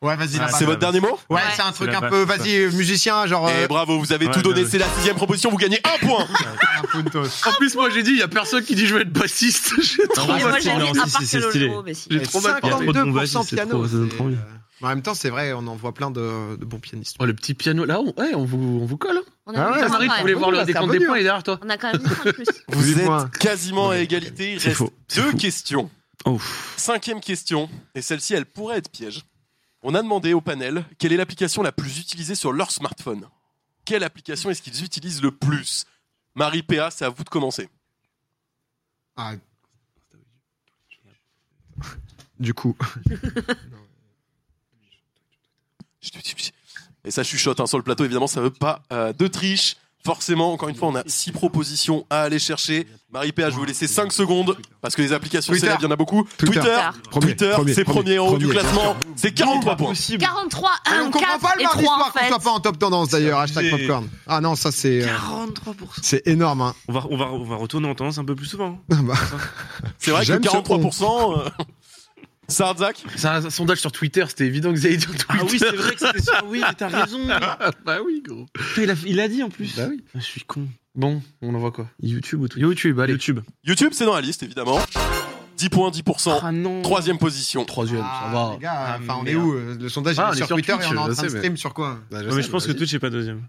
S1: Ouais, vas-y, la
S4: Ah,
S1: basse.
S2: C'est votre
S4: La basse.
S2: dernier mot
S1: Ouais,
S6: Ouais.
S1: c'est un truc
S4: la
S1: un
S4: basse,
S1: peu,
S4: ça.
S1: vas-y, musicien, genre.
S2: Et
S1: euh,
S2: bravo, vous avez
S4: Ouais,
S2: tout donné.
S4: bien
S2: C'est la sixième proposition, vous gagnez un
S4: <laughs>
S2: point
S1: <laughs> un puntos.
S5: En plus, moi j'ai dit, il y a personne qui dit je vais être bassiste. <laughs> J'ai trop
S4: Ah,
S6: Mais
S4: bah,
S6: moi
S4: c'est-
S6: j'avais
S4: non,
S6: à
S4: si,
S6: part
S4: si,
S6: que
S4: c'est
S6: le
S4: stylé.
S6: gros, mais si.
S5: J'ai trop mal parlé.
S4: Il y a trop de
S1: 52%
S4: bombage, c'est
S1: piano.
S4: trop- ça donne
S1: c'est-
S4: trop envie.
S1: euh, mais En même temps, c'est vrai, on en voit plein de, de bons pianistes.
S5: Oh, le petit piano là, on, ouais, on, vous, on vous colle. hein.
S6: On
S1: Ah
S6: a
S1: ouais,
S6: mis
S5: Ah,
S6: cinq
S5: Marie,
S6: quand
S5: tu
S6: même.
S5: voulais voir le
S1: Ouais, c'est un
S5: décompte
S1: bon
S5: des
S1: lieu.
S5: points, il est derrière toi.
S6: On a quand même mis cinq plus.
S2: Vous
S1: Huit
S2: êtes
S1: points.
S2: quasiment à
S4: Ouais,
S2: égalité. Il
S4: C'est
S2: reste
S4: faux, c'est
S2: deux
S4: faux.
S2: questions.
S4: Oh, pff.
S2: Cinquième question, et celle-ci, elle pourrait être piège. On a demandé au panel quelle est l'application la plus utilisée sur leur smartphone. Quelle application est-ce qu'ils utilisent le plus Marie PA, c'est à vous de commencer.
S1: Ah. Du coup,
S2: Et ça chuchote hein, sur le plateau, évidemment, ça veut pas euh, de triche. Forcément, encore une fois, on a six propositions à aller chercher. Marie PA, je vais vous laisser 5 secondes, parce que les applications
S1: Twitter.
S2: célèbres, il y en a beaucoup.
S1: Twitter.
S2: Twitter, Twitter, c'est premier en haut du
S1: premier,
S2: classement, c'est 43 points.
S6: 43,
S1: Mais Ah, on
S6: 1,
S1: comprend pas
S6: 4
S1: le
S6: et
S1: mardi
S6: 3 en
S1: soir qu'on
S6: fait.
S1: soit pas en top tendance d'ailleurs, hashtag
S4: abusé.
S1: popcorn. Ah non, ça c'est euh,
S3: 43%.
S1: c'est énorme. Hein. <laughs>
S4: on, va, on, va, on va retourner en tendance un peu plus souvent. hein.
S1: Ah bah,
S2: C'est vrai que
S1: J'aime ce
S2: 43%. euh, Sardzak,
S5: C'est un, un sondage sur Twitter, c'était évident que vous alliez dire Twitter.
S4: Ah vrai que c'était <laughs> sûr. Oui, mais t'as raison.
S5: <laughs> bah oui, gros.
S4: Il a, il a dit en plus. Ah,
S1: Bah oui.
S4: Je suis con.
S5: Bon, on envoie quoi
S4: YouTube ou Twitter
S5: YouTube, allez.
S4: YouTube.
S2: YouTube, c'est dans la liste, évidemment. 10 points, 10%.
S4: Ah non.
S2: Troisième position.
S5: Troisième, ça
S1: ah,
S5: va.
S1: les gars,
S4: Ah,
S1: enfin on est
S4: merde.
S1: où euh, Le sondage il
S5: Ah,
S1: est
S5: on est
S1: sur
S5: sur
S1: Twitter
S5: Twitch,
S1: et on est en
S5: je
S1: train de
S5: sais, mais-
S1: stream sur quoi
S4: Ouais, mais je pense que Twitch est pas deuxième.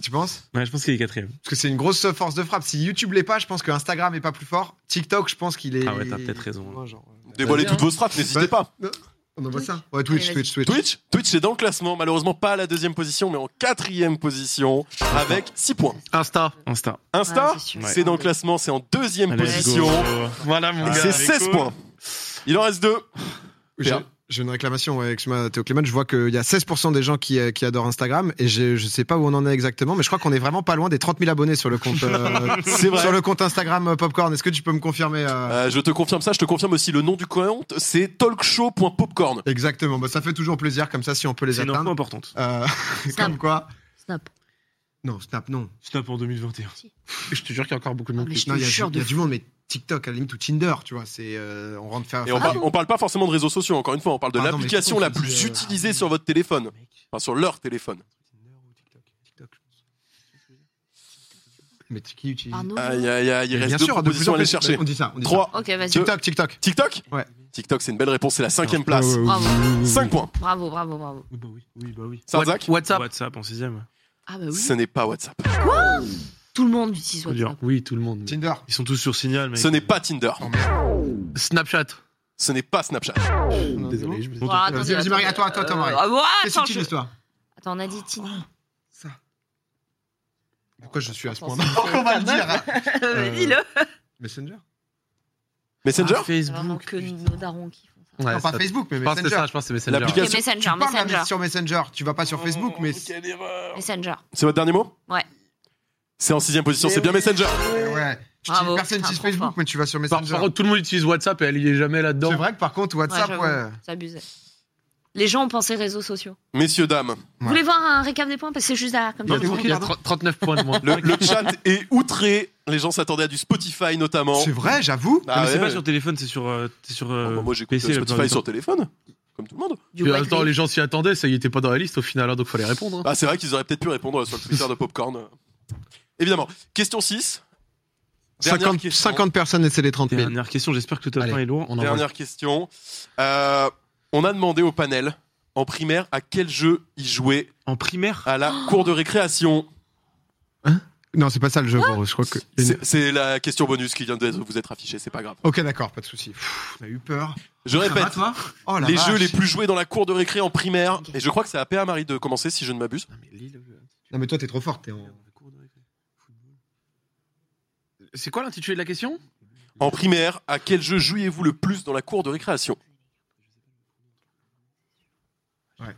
S1: Tu penses
S4: Ouais, je pense qu'il est quatrième.
S1: Parce que c'est une grosse force de frappe. Si YouTube l'est pas, je pense que Instagram est pas plus fort. TikTok, je pense qu'il est.
S4: Ah ouais, t'as peut-être raison, hein.
S1: Ouais, genre, euh,
S2: Dévoilez
S5: bien.
S2: toutes vos strates, n'hésitez
S1: Ouais.
S2: pas.
S1: On envoie ça Ouais,
S6: Allez,
S1: Twitch,
S6: vas-y.
S1: Twitch, Twitch.
S2: Twitch, Twitch, c'est dans le classement. Malheureusement, pas à la deuxième position, mais en quatrième position, avec 6 points.
S5: Insta.
S4: Insta.
S2: Insta,
S6: Ouais, c'est sûr.
S2: c'est dans le classement, c'est en deuxième
S4: Allez,
S2: position.
S4: go.
S5: Voilà, mon
S4: Ah,
S5: gars.
S2: C'est
S4: Allez,
S2: 16
S4: go.
S2: points. Il en reste deux.
S1: J'ai
S2: Pierre.
S1: j'ai une réclamation, ouais, excuse-moi Théo Clément, je vois qu'il y a 16% des gens qui, euh, qui adorent Instagram et je, je sais pas où on en est exactement, mais je crois qu'on est vraiment pas loin des 30 000 abonnés sur le compte, euh,
S2: <laughs> C'est vrai.
S1: sur le compte Instagram euh, Popcorn. Est-ce que tu peux me confirmer euh,
S2: Euh, je te confirme ça, je te confirme aussi le nom du compte, c'est talkshow.popcorn.
S1: Exactement, bah, ça fait toujours plaisir comme ça si on peut les
S4: C'est une info
S1: atteindre.
S4: importante.
S1: Euh, <laughs> comme
S6: Snap.
S1: quoi
S6: Snap.
S1: Non, Snap, non.
S4: Snap pour 2021.
S5: Je te jure qu'il y a encore beaucoup de
S6: Ah,
S5: monde.
S6: mais
S5: qui-
S6: je
S1: Non,
S6: te
S1: Il y a, du-
S6: jure
S1: il y
S6: de
S1: a du monde, mais TikTok à la limite ou Tinder, tu vois. C'est, euh, on rentre faire.
S2: Et on,
S1: enfin,
S2: parle, on parle pas forcément de réseaux sociaux, encore une fois, on parle de
S1: Pardon, Ah mais
S2: l'application
S1: pourquoi
S2: la
S1: tu dis,
S2: plus
S1: euh,
S2: utilisée sur votre téléphone. Enfin, sur leur téléphone.
S1: mais qui utilise
S6: Arnaud.
S2: Aïe, aïe, aïe, il
S1: Mais
S2: reste deux propositions à aller chercher.
S1: On dit ça. On dit
S2: Trois.
S6: Ok, vas-y.
S1: ça. TikTok, TikTok.
S2: TikTok
S1: Ouais.
S2: TikTok, c'est une belle réponse, c'est la cinquième place.
S6: Bravo.
S2: 5 points.
S6: Bravo, bravo, bravo.
S4: Oui, bah oui. Oui, bah oui.
S2: Sarzac,
S1: Ah
S5: WhatsApp.
S4: WhatsApp en sixième.
S6: Ah bah oui.
S2: ce n'est pas WhatsApp.
S6: Tout le monde utilise
S4: Trop dur.
S6: WhatsApp.
S5: Oui, tout le monde.
S1: Tinder.
S4: Ils sont tous sur Signal, mais.
S2: Ce n'est pas Tinder.
S5: Snapchat.
S2: Ce n'est pas Snapchat.
S5: Désolé, je me
S6: Bon,
S4: Bon,
S6: attendez,
S1: Vas-y, vas-y,
S6: attendez.
S1: Marie, à toi, à toi, à toi,
S6: Euh,
S1: Marie.
S6: ah, ouais,
S1: Qu'est-ce
S6: attends,
S1: que tu Euh,
S6: je-
S1: utilises, toi
S6: Attends, on a dit Tinder.
S1: Pourquoi je suis à ce
S6: Attends,
S1: point-là
S6: c'est-
S1: On va le
S6: <laughs>
S1: dire. hein
S6: Euh, Dis-le.
S1: Messenger
S2: Messenger
S1: Ah.
S6: Vraiment que nos darons qui font ça.
S5: Ouais,
S1: Non,
S5: ça-
S1: pas Facebook, mais
S5: Je pense que c'est
S1: Messenger.
S5: ça, je pense que c'est
S6: Ok,
S5: Messenger.
S2: L'application-
S6: Messenger,
S1: Tu parles
S6: Messenger. Oh,
S1: mais sur Messenger, tu vas pas sur Facebook,
S4: Oh,
S1: mais
S6: Messenger.
S2: C'est votre dernier mot
S6: Ouais.
S2: C'est en sixième position, c'est bien Messenger.
S4: Ah,
S1: ouais. Tu
S6: Bravo,
S1: dis, personne
S6: putain,
S1: utilise
S6: trop
S1: Facebook,
S6: fort.
S1: mais tu vas sur
S5: Par, par
S1: Messenger.
S5: contre, tout le monde utilise WhatsApp et elle y est jamais là-dedans.
S1: C'est vrai que par contre, WhatsApp,
S6: Ouais,
S1: ouais.
S6: j'avoue. C'est abusé. Les gens ont pensé réseaux sociaux.
S2: Messieurs, dames,
S6: Vous voulez voir un récap des points Parce que c'est juste derrière, comme
S1: Non,
S6: ça.
S5: Il y a-
S1: mais
S5: il y a
S1: pardon.
S5: 30 39 points de moins.
S2: le, le chat est outré. Les gens s'attendaient à du Spotify notamment.
S1: C'est vrai, j'avoue.
S2: Ah
S4: mais
S2: ouais,
S4: c'est pas
S2: ouais.
S4: sur téléphone, c'est sur, euh, c'est sur
S2: Oh,
S4: euh,
S2: bah, moi j'écoute euh,
S4: PC. la plupart
S2: Spotify
S4: du temps.
S2: sur téléphone. comme tout le monde.
S6: Du
S5: Puis en même
S6: white
S5: temps,
S6: whey.
S5: les gens s'y attendaient, ça y était pas dans la liste au final, hein, donc fallait répondre. hein.
S2: Bah, c'est vrai qu'ils auraient peut-être pu répondre euh, sur le Twitter de Popcorn. euh. Évidemment. Question 6. Dernière
S1: 50,
S2: question.
S1: 50 personnes et c'est les 30 000.
S4: Dernière question, j'espère que le top
S5: Allez.
S4: 1 est lourd.
S5: On en
S2: Dernière question. Euh, on a demandé au panel, en primaire, à quel jeu ils jouaient
S4: En primaire
S2: à la cour de récréation.
S1: Non, c'est pas ça le jeu, Boris. Je crois que.
S2: C'est c'est la question bonus qui vient de vous être affichée, c'est pas grave.
S1: Ok, d'accord, pas de souci. Pff, On a eu peur.
S2: Je répète,
S1: Oh la
S2: les
S1: vache.
S2: jeux les plus joués dans la cour de récré en primaire. Et je crois que c'est à PA Marie de commencer, si je ne m'abuse.
S5: Ah, euh,
S1: Non, mais toi, t'es trop forte. t'es en-
S5: C'est quoi l'intitulé de la question
S2: En primaire, à quel jeu jouiez-vous le plus dans la cour de récréation
S1: Ouais.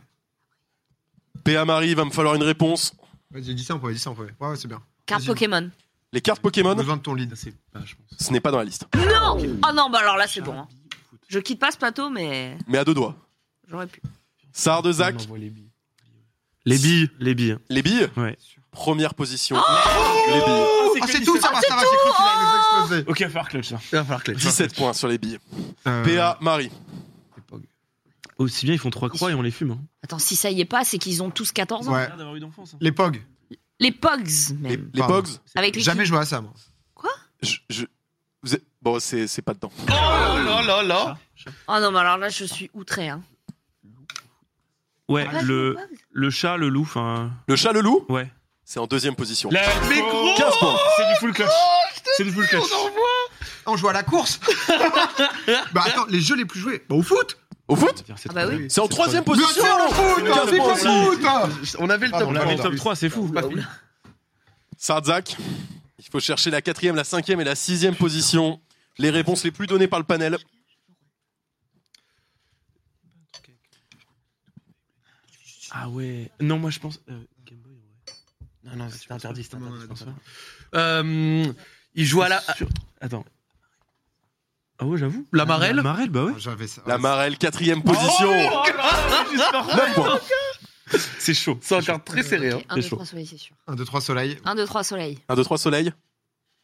S2: PA Marie, il va me falloir une réponse.
S1: Vas-y, dis ça en premier, dis ça en premier. Ouais, ouais, c'est bien.
S6: Carte
S1: Vas-y.
S6: Pokémon.
S2: Les cartes Pokémon,
S1: besoin de ton lead.
S4: C'est
S5: Ah,
S4: pas, je pense.
S2: ce n'est pas dans la liste.
S6: Non Oh non, bah alors là, c'est bon. hein. Je quitte pas ce plateau, mais
S2: Mais à deux doigts.
S6: j'aurais pu.
S2: Sard de Zach,
S4: les billes. Les billes, les billes.
S2: les billes.
S4: Ouais.
S2: Première position. les billes.
S1: Ah, c'est tout, ça va, ça va, j'ai cru qu'il allait nous exploser.
S4: Ok, Far Clutch là.
S5: Il va falloir que les
S2: 17 points sur les billes.
S1: Euh,
S2: PA Marie.
S4: Aussi bien, ils font trois croix et on les fume. Hein.
S6: Attends, si ça y est pas, c'est qu'ils ont tous 14 ans.
S1: Ouais.
S4: d'avoir eu d'enfance. hein.
S1: Les POG.
S6: Les Pogs,
S2: Les,
S6: même.
S2: les
S1: Pardon.
S2: Pogs.
S6: Avec les
S1: Jamais joué à ça, moi.
S2: je- je- vous êtes- bon, c'est c'est pas dedans.
S5: Oh là là là
S6: Oh non, mais alors là, je suis outré. Hein.
S4: Ouais,
S6: Ah,
S4: le,
S6: c'est les Pogs
S4: le chat, le loup, enfin.
S2: Le chat, le loup,
S4: Ouais.
S2: c'est en deuxième position.
S5: Mais gros
S2: 15 points.
S4: C'est du full clutch.
S5: oh,
S4: C'est du full clutch.
S1: On joue à la course Bah attends, les jeux les plus joués. Bah au foot
S2: Au foot
S6: Ah bah oui.
S2: C'est en troisième position.
S1: foot hein,
S2: Quinze
S1: c'est
S2: points
S1: pas
S2: aussi.
S1: foot hein.
S5: On avait le
S1: Pardon,
S5: top
S1: on
S4: Ah, On
S1: avait
S4: est
S1: le
S5: là.
S4: top 3, c'est fou.
S6: Bah Ah
S5: Oula, oula.
S2: Sardzak, il faut chercher la quatrième, la cinquième et la sixième position. Les réponses les plus données par le panel.
S4: Ah ouais. Non, moi je pense. euh, Game Boy, ouais.
S5: Non, non, c'était interdit, c'était
S1: Non, non,
S5: interdit,
S1: non,
S5: François. Euh, il joue à la,
S4: Sur- Attends. Ah ouais, j'avoue.
S5: la marelle
S4: La
S5: Oh,
S4: marelle, bah ouais.
S1: Oh, J'avais ça.
S2: La Marelle, quatrième position.
S4: Oh,
S2: Neuf points.
S4: C'est chaud.
S5: C'est encore très serré. Hein.
S6: Ok, un,
S4: c'est
S6: deux,
S4: chaud.
S6: trois soleil, c'est sûr.
S1: 1, 2, 3 soleil.
S6: 1, 2, 3 soleil.
S2: 1, 2, 3, soleil.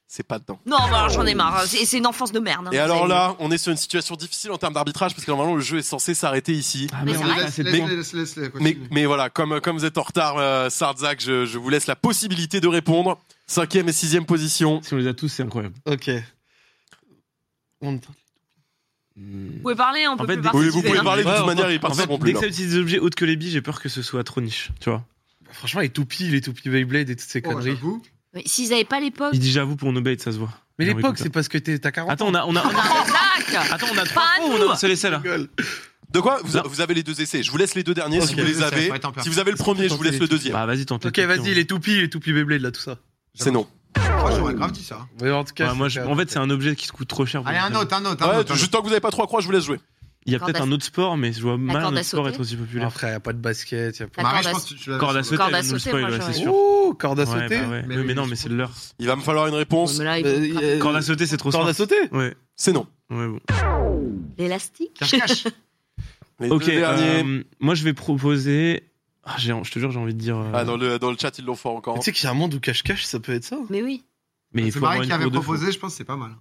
S2: C'est pas dedans.
S6: Non, bah alors j'en ai marre. C'est c'est une enfance de merde. hein,
S2: Et
S6: vous
S2: alors
S6: savez.
S2: là, on est sur une situation difficile en termes d'arbitrage parce que normalement le jeu est censé s'arrêter ici.
S4: Ah,
S6: Mais
S4: merde,
S6: ça
S4: ouais,
S6: reste-
S4: c'est le
S1: laisse,
S4: point.
S1: laisse, laisse, laisse,
S2: Mais,
S1: continue.
S2: mais voilà, comme, comme vous êtes en retard, euh, Sardzak, je, je vous laisse la possibilité de répondre. Cinquième et sixième position.
S4: Si on les a tous, c'est incroyable.
S5: Ok.
S1: Oh,
S5: On... bah,
S6: Vous pouvez parler, on peut
S4: fait,
S6: plus
S4: dès-
S6: participer,
S2: vous pouvez
S6: hein.
S2: parler de toute
S4: Ouais,
S2: manière, ils
S4: En fait,
S2: participeront
S4: dès
S2: plus.
S4: que
S2: là.
S4: ça utilise des objets hauts que les billes, j'ai peur que ce soit trop niche. Tu vois.
S5: Franchement, les toupies, les toupies Beyblade et toutes ces
S1: Oh,
S5: conneries.
S1: j'avoue.
S6: Oui, S'ils avaient pas l'époque.
S4: Il dit j'avoue pour nos bêtes, ça se voit.
S5: mais
S4: Non,
S5: l'époque,
S4: écoute,
S5: c'est parce que t'es- t'as 40
S4: Attends, on a, on a,
S6: Ah, Zach
S4: attends, on a trois
S6: Pas à
S4: fois ou
S6: nous.
S4: on a un seul essai là.
S5: Gueule.
S2: De quoi vous, a- vous avez les deux essais. Je vous laisse les deux derniers si
S4: Ok.
S2: vous les
S1: Ça, ça
S2: avez.
S1: va être un peu
S2: Si vous avez le premier, je vous laisse le deuxième.
S4: Bah vas-y, tente.
S5: Ok, vas-y, les toupies, les toupies Beyblade, là, tout ça.
S2: C'est non.
S1: Moi, Ah, j'aurais grave dit ça.
S5: Mais en tout cas,
S4: Ouais, moi, je-
S5: c'était-
S4: en fait, c'est un objet qui se coûte trop cher. pour
S1: Allez,
S4: le
S1: un
S4: faire.
S1: autre, un autre, un
S2: Ouais,
S1: autre. un
S2: je-
S1: autre.
S2: tant que vous n'avez pas trois croix, je vous laisse jouer.
S4: Il y a
S6: Corde
S4: peut-être
S6: à
S4: un autre sport, mais je vois mal un
S6: corde à
S4: autre sport
S6: sauter.
S4: être aussi
S5: Ah,
S4: populaire.
S5: frère, y a pas de basket, y a pas.
S6: La
S1: Marie,
S6: corde
S1: je
S6: à-
S1: pense que tu l'avais
S4: Corde à
S1: sur le-
S4: sauter,
S6: Corde à
S4: elle nous le
S6: sauter,
S4: spoil,
S6: moi,
S4: ouais,
S6: je-
S4: c'est sûr.
S5: Ouh, corde à
S4: Ouais,
S5: sauter.
S4: bah ouais.
S1: Mais
S4: Mais,
S1: oui,
S4: mais non,
S1: mais
S4: mais
S1: c'est
S4: c'est de l'heure.
S2: Il va me falloir une réponse.
S6: Mais là, il faut
S5: Euh,
S6: frapper.
S5: euh,
S4: Corde à sauter, c'est trop
S5: Corde à
S4: simple.
S5: sauter
S4: Ouais,
S2: C'est non.
S4: ouais, bon.
S6: L'élastique
S1: Cache-cache.
S2: Les
S4: Ok,
S2: deux derniers.
S4: euh, moi, je vais proposer. Ah, j'ai- je te jure, j'ai envie de dire. euh,
S2: Ah, dans, le, dans le chat, ils l'ont fort
S4: Oh.
S2: encore.
S5: Tu sais qu'il y a un monde où cache-cache, ça peut être ça.
S6: Mais oui.
S4: Mais il
S1: C'est
S4: faut avoir
S1: Marie
S4: une
S1: qui
S4: cour
S1: avait
S4: de fou.
S1: proposé, je pense que c'est pas mal.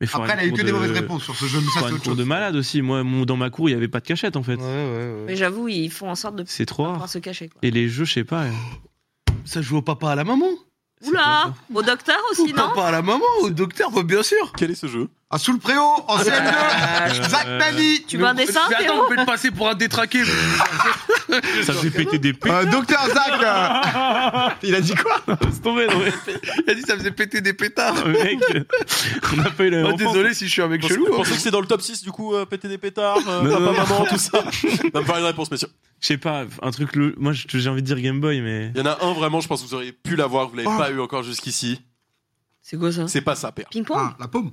S4: Mais faut
S1: Après,
S4: avoir
S1: elle a
S4: une
S1: eu
S4: cour
S1: que
S4: de-
S1: des mauvaises réponses sur ce jeu, mais
S4: faut
S1: ça,
S4: avoir
S1: c'est
S4: une
S1: autre
S4: cour
S1: chose.
S4: de malade aussi. Moi, mon- dans ma cour, il n'y avait pas de cachette en fait.
S5: ouais,
S6: Mais j'avoue, ils font en sorte de
S4: C'est trop
S6: pas
S4: rare.
S6: pouvoir se cacher. quoi.
S4: Et les jeux, je sais pas. euh,
S5: Ça joue au papa à la maman
S4: c'est
S6: Oula Au docteur
S5: Au
S6: aussi, non
S5: papa à la maman, au docteur, bah, bien sûr
S2: Quel est ce jeu
S1: Ah, sous le préau, en
S4: Euh,
S1: CM2 Zach Nani
S6: Tu veux un dessin,
S5: Mais attends,
S6: Théo
S5: on peut le passer pour un détraqué
S4: pas ça. Ça fait péter des p.
S1: Euh, Docteur Zach euh, Il a dit quoi
S4: Laisse tomber, non, mais-
S5: Il a dit ça faisait péter des pétards
S4: <laughs> mec. On a pas eu la
S5: Oh,
S4: même enfance.
S5: Désolé si je suis un mec
S2: Vous
S5: chelou hein.
S2: pensez que c'est dans le top 6 du coup euh, Péter des pétards, euh,
S4: Non,
S2: papa,
S4: non, non.
S2: maman, tout ça Va me falloir une réponse, messieurs.
S4: Je sais pas, un truc. le- Moi, je- j'ai envie de dire Game Boy, mais.
S2: Il y en a un vraiment, je pense que vous auriez pu l'avoir, vous l'avez
S1: Oh.
S2: pas eu encore jusqu'ici.
S6: C'est quoi ça
S2: C'est pas ça, PA.
S6: Ping-pong
S1: Ah, la paume.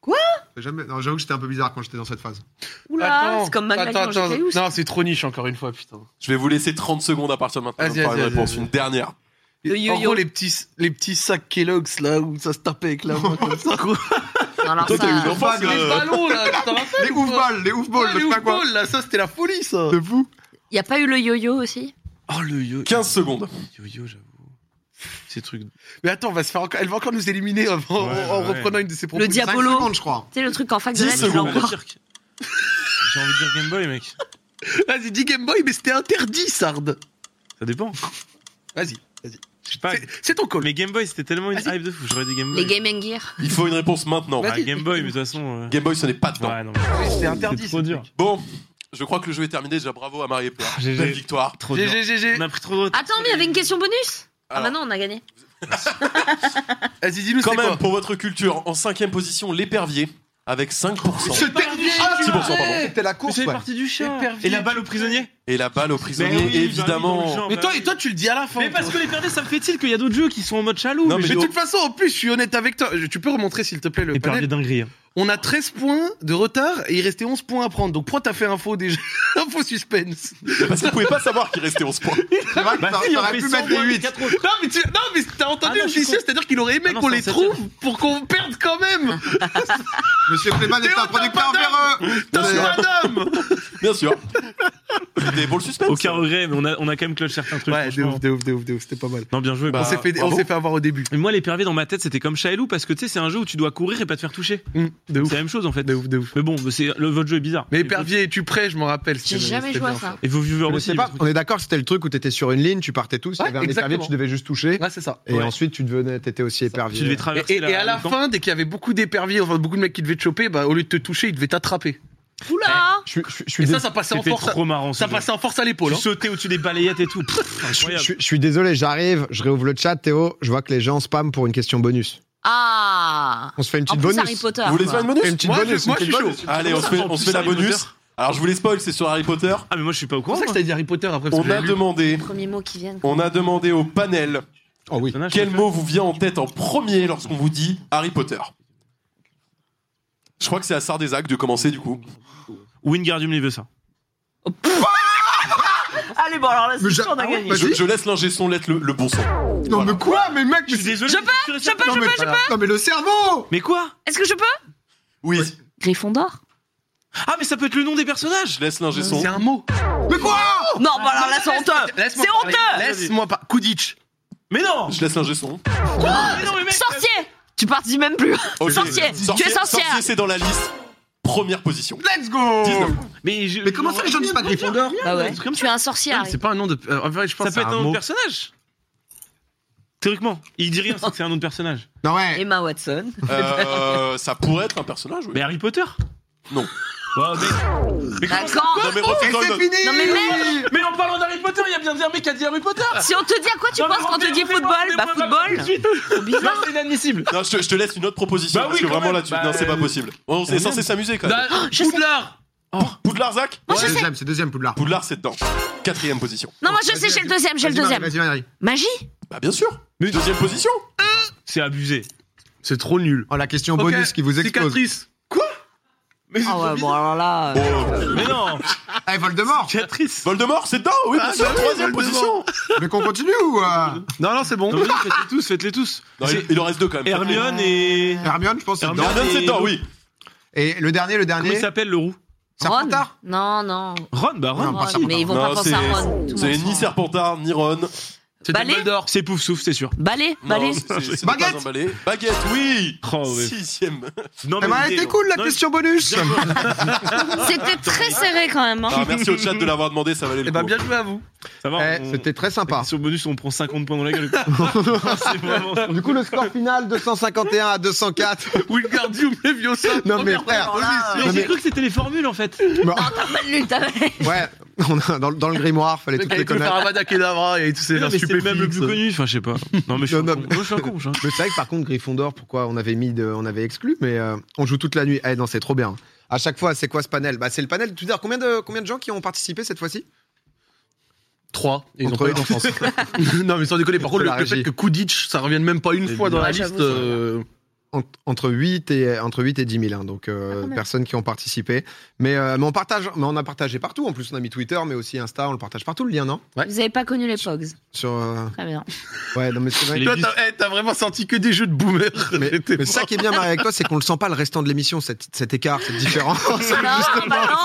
S6: Quoi
S1: Jamais... Non, j'avoue que j'étais un peu bizarre quand j'étais dans cette phase.
S6: Oula C'est comme Magdalene
S5: attends,
S6: dans
S5: attends.
S6: GTA ou ça
S5: Non, c'est trop niche encore une fois, putain.
S2: Je vais vous laisser 30 secondes à partir de maintenant.
S5: Vas-y,
S2: Va me falloir
S5: vas-y,
S2: une réponse,
S5: vas-y,
S2: une
S5: vas-y.
S2: dernière.
S6: Le
S5: Et En
S6: yo-yo.
S5: gros, les petits, les petits sacs Kellogg's là où ça se tapait avec la main comme ça.
S6: Non, alors
S2: Toi,
S6: ça-
S2: t'as eu une enfance.
S5: les
S2: euh,
S5: ballons là, tu t'en rappelles
S1: Les
S5: ou
S1: ouf
S5: pas
S1: balles, les ouf
S5: Ouais,
S1: balls,
S5: les
S1: je sais pas quoi.
S5: ouf-balls, là, ça c'était la folie ça
S1: De vous
S6: Y a pas eu le yo-yo aussi
S4: Oh, le yo.
S2: 15 secondes.
S4: Yo-yo, j'avoue. Ces trucs.
S5: Mais attends, on va se faire encore- elle va encore nous éliminer en, en-
S4: Ouais,
S5: en
S4: ouais.
S5: reprenant une de ses propos.
S6: Le
S1: Cinq
S6: diabolo
S1: secondes, je crois.
S6: Tu sais, le truc en fac de
S2: 10
S6: lettres, tu
S2: secondes.
S6: l'envoies.
S4: J'ai envie de dire Game Boy, mec.
S5: Vas-y, dis Game Boy, mais c'était interdit, Sard.
S4: Ça dépend.
S5: Vas-y.
S4: Je sais pas.
S5: C'est- C'est ton call.
S4: Mais Game Boy, c'était tellement une
S5: Vas-y.
S4: hype de fou. J'aurais dit Game Boy.
S6: Les Game and Gear.
S2: Il faut une réponse maintenant.
S5: Ouais.
S4: Ah, Game Boy, mais de toute façon. euh,
S2: Game Boy, ce n'est pas dedans.
S4: Ouais, non. mais-
S5: Oui, C'était interdit.
S4: trop
S5: ce
S4: dur.
S5: truc.
S2: Bon, je crois que le jeu est terminé. Déjà, bravo à Marie et Pierre.
S4: GG.
S2: Belle victoire.
S4: Trop dur.
S5: GG, GG.
S4: On a pris trop de temps.
S6: Attends, mais il y avait une question bonus Ah bah
S2: Alors,
S6: non, on a gagné.
S5: Vas-y, dis-nous c'est
S2: quand même,
S5: quoi.
S2: pour votre culture, en cinquième position, l'épervier, avec 5%.
S5: dernier,
S2: Ah,
S5: tu
S2: 10%,
S5: l'as
S2: pardon.
S5: fait, T'es la course. ouais.
S4: partie du
S5: chien.
S4: Et la balle au prisonnier
S2: Et la balle au prisonnier,
S4: Mais oui, bah oui, dans le
S2: évidemment.
S4: genre.
S5: Mais toi, et toi, tu le dis à la fin.
S4: Mais parce que les perdus, ça me fait-il qu'il y a d'autres jeux qui sont en mode chaloux
S2: Non,
S5: Mais
S2: mais
S5: de toute façon, en plus, je suis honnête avec toi. Je- Tu peux remontrer, s'il te plaît, le
S4: Les perdus
S5: panel.
S4: dingueries.
S5: On a 13 points de retard et il restait 11 points à prendre. Donc, pourquoi t'as fait un faux déjà <laughs> Un faux suspense.
S2: Parce qu'il ne pouvait pas savoir qu'il restait 11 points.
S1: C'est vrai que
S4: Bah
S1: t'aurais-
S4: si, on
S1: t'aurais
S4: fait
S1: pu
S4: 100
S1: mettre des
S4: moins les
S1: 8.
S4: quatre autres.
S5: Non, mais tu... non, mais t'as entendu
S4: Ah non, je suis
S5: officieux,
S4: con.
S5: c'est-à-dire qu'il aurait aimé
S4: Ah non,
S5: qu'on
S4: c'est
S5: les
S4: un
S5: trouve pour qu'on perde quand même.
S1: Monsieur Clément est
S5: Théo,
S1: un
S5: t'as
S1: producteur
S5: pas
S1: véreux.
S5: T'as
S1: Mais-
S5: un homme.
S2: Bien sûr. C'était pour le suspense.
S4: Aucun regret, mais on a, on a quand même clutch certains trucs.
S5: Ouais, de
S4: franchement.
S5: ouf, de ouf, de ouf, de ouf. C'était pas mal.
S4: Non, bien joué.
S2: Bah,
S5: On
S4: quoi.
S5: s'est fait, on
S2: bravo.
S5: s'est fait avoir au début.
S4: Mais moi, les pervers dans ma tête, c'était comme Shaelou parce que tu sais, c'est un jeu où tu dois courir et pas te faire toucher.
S5: Hum, de
S4: C'est
S5: ouf,
S4: la même chose en fait.
S5: de ouf, de ouf.
S4: Mais bon, c'est le, votre jeu est bizarre.
S5: Mais
S4: Et
S5: Pervier, es-tu prêt Je m'en rappelle.
S6: J'ai
S5: c'était-
S6: jamais
S5: c'était
S6: joué à
S5: bien,
S6: ça.
S4: Et vos viewers
S1: Mais
S4: aussi.
S1: c'est pas,
S4: parce que-
S1: on est d'accord que c'était le truc où t'étais sur une ligne, tu partais tous, il y
S5: Ouais,
S1: avait un épervier,
S5: exactement.
S1: tu devais juste toucher,
S5: Ouais, c'est ça.
S1: et
S4: Ouais.
S1: ensuite tu devenais, t'étais aussi épervier.
S4: Tu devais
S5: Et,
S4: traverser
S5: et- et à la
S4: le camp.
S5: fin, dès qu'il y avait beaucoup d'éperviers, enfin beaucoup de mecs qui devaient te choper, bah, au lieu de te toucher, ils devaient t'attraper.
S6: Oula
S1: Je suis- je suis- je suis
S5: Et
S1: dé-
S5: ça, ça passait en
S4: C'était
S5: force. à-
S4: trop marrant. ce
S5: Ça
S4: jeu.
S5: passait en force à
S4: Tu
S5: l'épaule. hein.
S4: sautais au-dessus des balayettes et tout. Pff,
S1: je
S4: Incroyable.
S1: suis- je suis désolé, j'arrive, je réouvre le chat, Théo, je vois que les gens spamment pour une question bonus.
S6: Ah
S1: On se fait une
S6: En
S1: petite
S6: plus,
S1: bonus.
S6: Harry Potter.
S2: Vous voulez
S6: quoi.
S2: faire une bonus
S1: Une petite
S5: Moi,
S1: bonus,
S5: je- moi,
S1: une
S5: je
S1: petite
S5: suis
S1: bonus.
S5: chaud.
S2: Allez, on se fait,
S4: En
S2: on se
S4: plus,
S2: fait la
S4: Harry Potter.
S2: bonus. Alors, je vous les spoil, c'est sur Harry Potter.
S4: Ah, mais moi, je suis pas au
S5: C'est pour
S4: courant.
S5: ça que je
S4: moi.
S5: t'avais dit Harry Potter après. parce
S2: On
S5: que-
S2: a demandé,
S6: Premier mot qui viennent.
S2: on a demandé au panel
S1: Oh oui.
S4: Personnage,
S2: quel
S4: Ah, je-
S2: mot vous vient en tête en premier lorsqu'on vous dit Harry Potter. Je crois que c'est à Sardesac de commencer du coup.
S4: Wingardium Leviosa.
S6: <laughs>
S3: Allez, bon, alors là,
S1: Mais
S3: c'est
S1: j'a-
S3: sûr, on a
S1: ah ouais,
S3: gagné.
S1: bah,
S2: Je,
S1: Vas-y.
S2: je laisse l'ingé son l'être le, le bon son.
S1: Non
S2: Voilà.
S1: mais quoi, mais mec, mais-
S4: désolé.
S6: Je
S4: mais suis sûr et certain.
S6: peux,
S1: non, mais, non, mais le cerveau
S4: Mais quoi
S6: Est-ce que je peux
S2: Oui,
S6: Gryffondor
S4: Ah, mais ça peut être le nom des personnages.
S2: je laisse l'ingé son.
S5: C'est un mot.
S1: Mais quoi
S3: Non, bah alors là, c'est
S5: <laughs>
S3: honteux.
S5: Laisse-moi
S3: C'est
S5: parler.
S3: honteux.
S5: Laisse-moi pas. Kudich.
S4: Mais non
S2: Oh. Je laisse l'ingé son.
S4: Mais non, mais mec,
S6: Sorcier Tu participes même plus
S2: Ok.
S6: Sorcier, tu es <laughs> sorcière.
S2: Sorcier, c'est dans la liste. Première position.
S5: Let's go.
S4: <laughs>
S2: 19.
S4: Mais, je-
S1: Mais comment ça les gens disent pas Gryffondor
S6: Ah
S4: un truc comme
S6: Tu es un sorcier,
S5: Non, mais
S6: Harry.
S5: C'est pas un nom de. euh, En vrai, je pense
S4: Ça
S5: que
S4: peut
S5: c'est
S4: être
S5: un
S4: un nom de
S5: mot.
S4: personnage. Théoriquement, il dit rien, c'est que c'est un nom de personnage.
S1: Non ouais,
S6: Emma Watson.
S2: Euh, ça pourrait être un personnage, oui.
S4: Mais Harry Potter
S2: Non.
S4: Oh, mais... mais comment ça-
S6: D'accord
S2: Non, mais refais-
S1: et
S2: non,
S1: c'est
S2: non.
S1: fini
S6: Non, mais merde
S4: Mais en parlant d'Harry Potter, il y a bien un mec qui a dit Harry Potter
S6: Si on te dit à quoi tu
S4: Non, mais
S6: penses quand on te dit
S4: rendez-moi-
S6: football Bah
S4: rendez-moi ma- tout de
S6: football
S4: suite.
S6: Trop
S4: Non,
S6: bizarre
S4: c'est inadmissible
S2: Non, je, te- je te laisse une autre proposition
S4: Bah
S2: parce
S4: oui,
S2: que
S4: quand
S2: vraiment là,
S4: même.
S2: tu...
S4: Bah,
S2: non, c'est pas
S4: euh,
S2: possible. On est
S4: merde.
S2: censé s'amuser quand même.
S4: Bah,
S6: je sais.
S4: Poudlard
S2: Poudlard Zach
S6: Moi, je sais.
S1: Deuxième, c'est deuxième Poudlard.
S2: Poudlard, c'est dedans. Quatrième position.
S6: Non, moi je sais, j'ai le deuxième, j'ai le
S1: Vas-y, Marie,
S6: deuxième.
S1: Vas-y Marie.
S6: Magie
S2: Bah bien sûr.
S4: Mais-
S2: Deuxième position.
S4: C'est abusé.
S5: C'est trop nul.
S1: Oh la question
S5: Ok,
S1: bonus qui vous explose.
S5: Cicatrice. Quoi Mais c'est
S6: Ah
S5: trop
S6: ouais, bon alors là.
S2: Bon,
S6: euh,
S2: euh,
S4: Mais non
S1: Eh
S5: <laughs>
S1: Voldemort
S4: Catrice
S2: Voldemort, c'est dedans. Oui, bien
S5: Ah,
S2: sûr.
S5: bah oui,
S2: Troisième
S5: Voldemort.
S2: position.
S1: Mais qu'on continue ou euh,
S5: Non, non, c'est bon.
S4: Non, mais non, faites-les tous, faites-les tous
S2: Non, il,
S4: C'est-
S2: il en reste deux quand même.
S4: Hermione et...
S1: Hermione, je pense. c'est
S4: Hermione. Ah,
S1: dedans.
S2: Hermione, c'est dedans, oui.
S1: Et le dernier, le
S4: Comment
S1: dernier.
S4: il s'appelle le roux
S6: Ron
S1: Serpentard
S6: Non, non.
S4: Ron, bah Ron
S1: Non, pas
S6: Ron,
S1: Serpentard.
S6: mais ils vont pas
S2: Non,
S6: penser à Ron. Tout
S2: c'est
S6: le
S2: c'est
S6: monde
S2: ni
S6: s'en-
S2: Serpentard, ni Ron.
S5: C'est
S6: Balai
S5: Dumbledore.
S4: C'est Poufsouf, c'est sûr.
S6: Balai
S1: <laughs>
S2: Non,
S6: Balai
S2: c'est- c'est- c'est
S1: Baguette.
S2: pas un balai. Baguette, oui.
S4: Oh, ouais.
S2: Sixième.
S4: Non,
S1: Eh ben, elle
S4: l'idée,
S1: était
S4: non.
S1: cool la
S4: Non,
S1: question bonus
S6: C'était très serré quand même.
S2: Ah,
S6: hein.
S2: merci au chat de l'avoir demandé, ça valait
S5: Eh
S2: le
S5: ben,
S2: coup.
S5: bien joué à vous.
S4: Ça va,
S1: Eh,
S4: on-
S1: C'était très
S4: la
S1: sympa.
S4: question bonus, on prend 50 points dans
S1: <laughs>
S4: la gueule. c'est vraiment...
S1: Du coup, le score final 251 à <laughs> 204.
S5: Wingardium Leviosa.
S1: Non, mais
S5: Première
S1: frère.
S5: fois,
S3: là,
S5: oui,
S4: Mais
S1: Non,
S4: j'ai
S1: mais-
S4: cru que c'était les formules en fait.
S6: Non, t'as mal lu, t'as mal-
S1: Ouais, on a, dans, dans le grimoire, fallait
S5: Avec
S1: toutes les
S5: le
S1: connaître.
S5: Faravada Kedavra et tous ces
S4: Non,
S5: vers
S4: mais c'est
S5: stupéfiants.
S4: même le plus connu, enfin je sais pas. Non mais je suis un
S1: Non,
S4: con.
S1: non,
S4: Moi, je suis un con, je suis un-
S1: Mais c'est vrai que par contre, Gryffondor, pourquoi on avait mis, de, on avait exclu, mais euh, on joue toute la nuit. Eh non, c'est trop bien. À chaque fois, c'est quoi ce panel Bah, c'est le panel. Tu veux dire combien de combien de gens qui ont participé cette fois-ci
S5: 3. Ils ont
S1: Entre
S5: pas
S1: eux
S5: eu
S1: en France.
S5: d'enfant. <laughs> Non, mais sans déconner, par
S1: Faut
S5: contre, le
S1: la
S5: le fait
S1: régie.
S5: que Kudich, ça revienne même pas une
S4: C'est
S5: fois dans la
S6: bizarre. Ouais,
S5: liste.
S6: j'avoue,
S5: euh,
S1: Ent- <laughs> entre 8 et entre 8 et 10 000 hein, donc euh,
S6: Ah, quand même.
S1: personnes qui ont participé mais, euh, mais on partage mais on a partagé partout en plus on a mis Twitter mais aussi Insta on le partage partout le lien non
S6: Vous avez pas connu les Pogs.
S1: sur euh, <laughs>
S6: Très bien.
S1: ouais non mais c'est vrai
S4: Les-
S5: Toi,
S4: vis-
S5: t'as eh, t'as vraiment senti que des jeux de <laughs> boomer.
S1: mais,
S5: J'étais
S1: mais ça qui est bien Marie avec toi c'est qu'on le sent pas le restant de l'émission cet, cet écart cette différence justement
S6: bah non.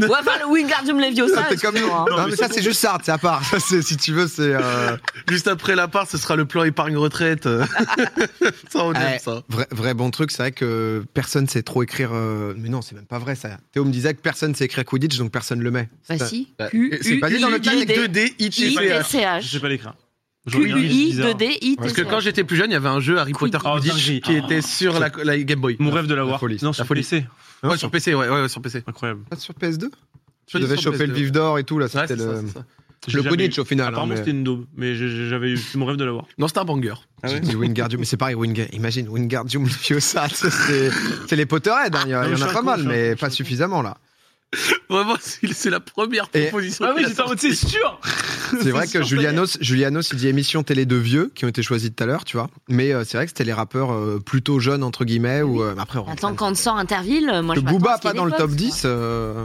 S1: c'est, euh,
S6: Ouais, enfin, le Wingardium
S1: ça,
S6: Leviosa.
S1: c'est comme
S6: excusez-moi, hein.
S1: non, mais, ça c'est juste ça c'est à part <laughs> ça c'est si tu veux c'est euh,
S5: <laughs> Juste après la part, ce sera le plan épargne retraite. ça, on aime
S1: Ouais.
S5: ça.
S1: vra- vrai bon truc, c'est vrai que personne sait trop écrire. euh, Mais non, c'est même pas vrai ça. Théo me disait que personne sait écrire Quidditch, donc personne le met.
S6: Bah
S1: C'est-
S6: si.
S5: Bah,
S6: Q,
S1: c'est
S6: U,
S1: pas dit dans le
S6: I,
S1: plan avec
S6: D,
S5: deux d I, T,
S6: I,
S5: P,
S6: T,
S5: H.
S6: C,
S4: Je sais
S6: H.
S4: pas l'écrire. Je
S6: Q,
S4: regarde,
S6: U,
S4: c'est
S6: I,
S4: bizarre.
S6: 2 D, I, T,
S5: Parce
S6: C,
S5: que quand
S6: H.
S5: j'étais plus jeune, il y avait un jeu Harry Potter
S4: Oh,
S5: Quidditch
S4: dinguerie.
S5: qui
S4: Ah.
S5: était sur la, la Game Boy.
S4: Mon rêve de l'avoir.
S1: folie.
S4: Non, sur
S5: folie.
S4: PC.
S5: Ouais, sur PC, ouais, ouais, ouais, sur PC.
S4: Incroyable.
S1: Pas sur PS2 Tu
S5: Je
S1: devais
S5: dis sur
S1: choper le
S5: PS2,
S1: vif d'or et tout là.
S5: Ouais,
S1: C'était
S5: c'est ça,
S1: le,
S5: c'est ça.
S1: le
S4: J'ai
S1: Quidditch
S4: jamais-
S1: au final. hein,
S4: Apparemment,
S1: mais-
S4: c'était une daube, mais j'ai- j'ai- j'avais eu c'est mon rêve de l'avoir.
S5: Non, c'était un banger.
S4: Ah
S1: J'ai dit Wingardium, mais c'est pareil, Wingardium. Imagine Wingardium Leviosa, tu sais, <laughs> c'est c'est les Potterheads, hein, il y, a-
S4: Ah,
S1: il y
S4: je
S1: en
S4: suis
S1: a pas
S4: un con, je
S1: mal,
S4: suis un
S1: mais
S4: con, je
S1: pas
S4: suis un con.
S1: suffisamment
S4: <laughs>
S1: là.
S5: Vraiment, c'est c'est la première
S1: Et-
S5: proposition.
S4: Ah oui,
S5: qu'il a
S4: j'étais en mode,
S5: sortie.
S4: c'est sûr
S1: C'est vrai que Julianos, Julianos, il dit émission télé de vieux qui ont été choisis tout à l'heure, tu vois. Mais euh, c'est vrai que c'était les rappeurs euh, plutôt jeunes, entre guillemets, ou euh, après on rentre
S6: Attends,
S1: dans-
S6: quand on sort Interville, euh, moi
S1: Que
S6: je m'attends à
S1: Booba
S6: ce qu'il y
S1: pas
S6: ait
S1: dans le
S6: des
S1: top
S6: votes,
S1: 10. euh,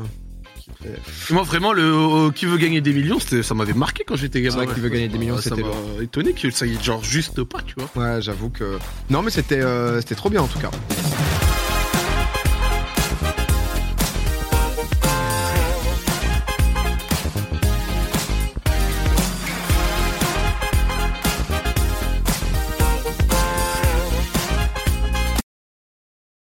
S5: Moi, vraiment, le euh, qui veut gagner des millions, c'était- ça m'avait marqué quand j'étais gamin.
S1: C'est vrai, Qui veut gagner des millions,
S5: Euh, Ça
S1: c'était
S5: m'a étonné que ça y est, genre, juste pas, tu vois.
S1: Ouais, j'avoue que. Non, mais c'était euh, c'était trop bien en tout cas.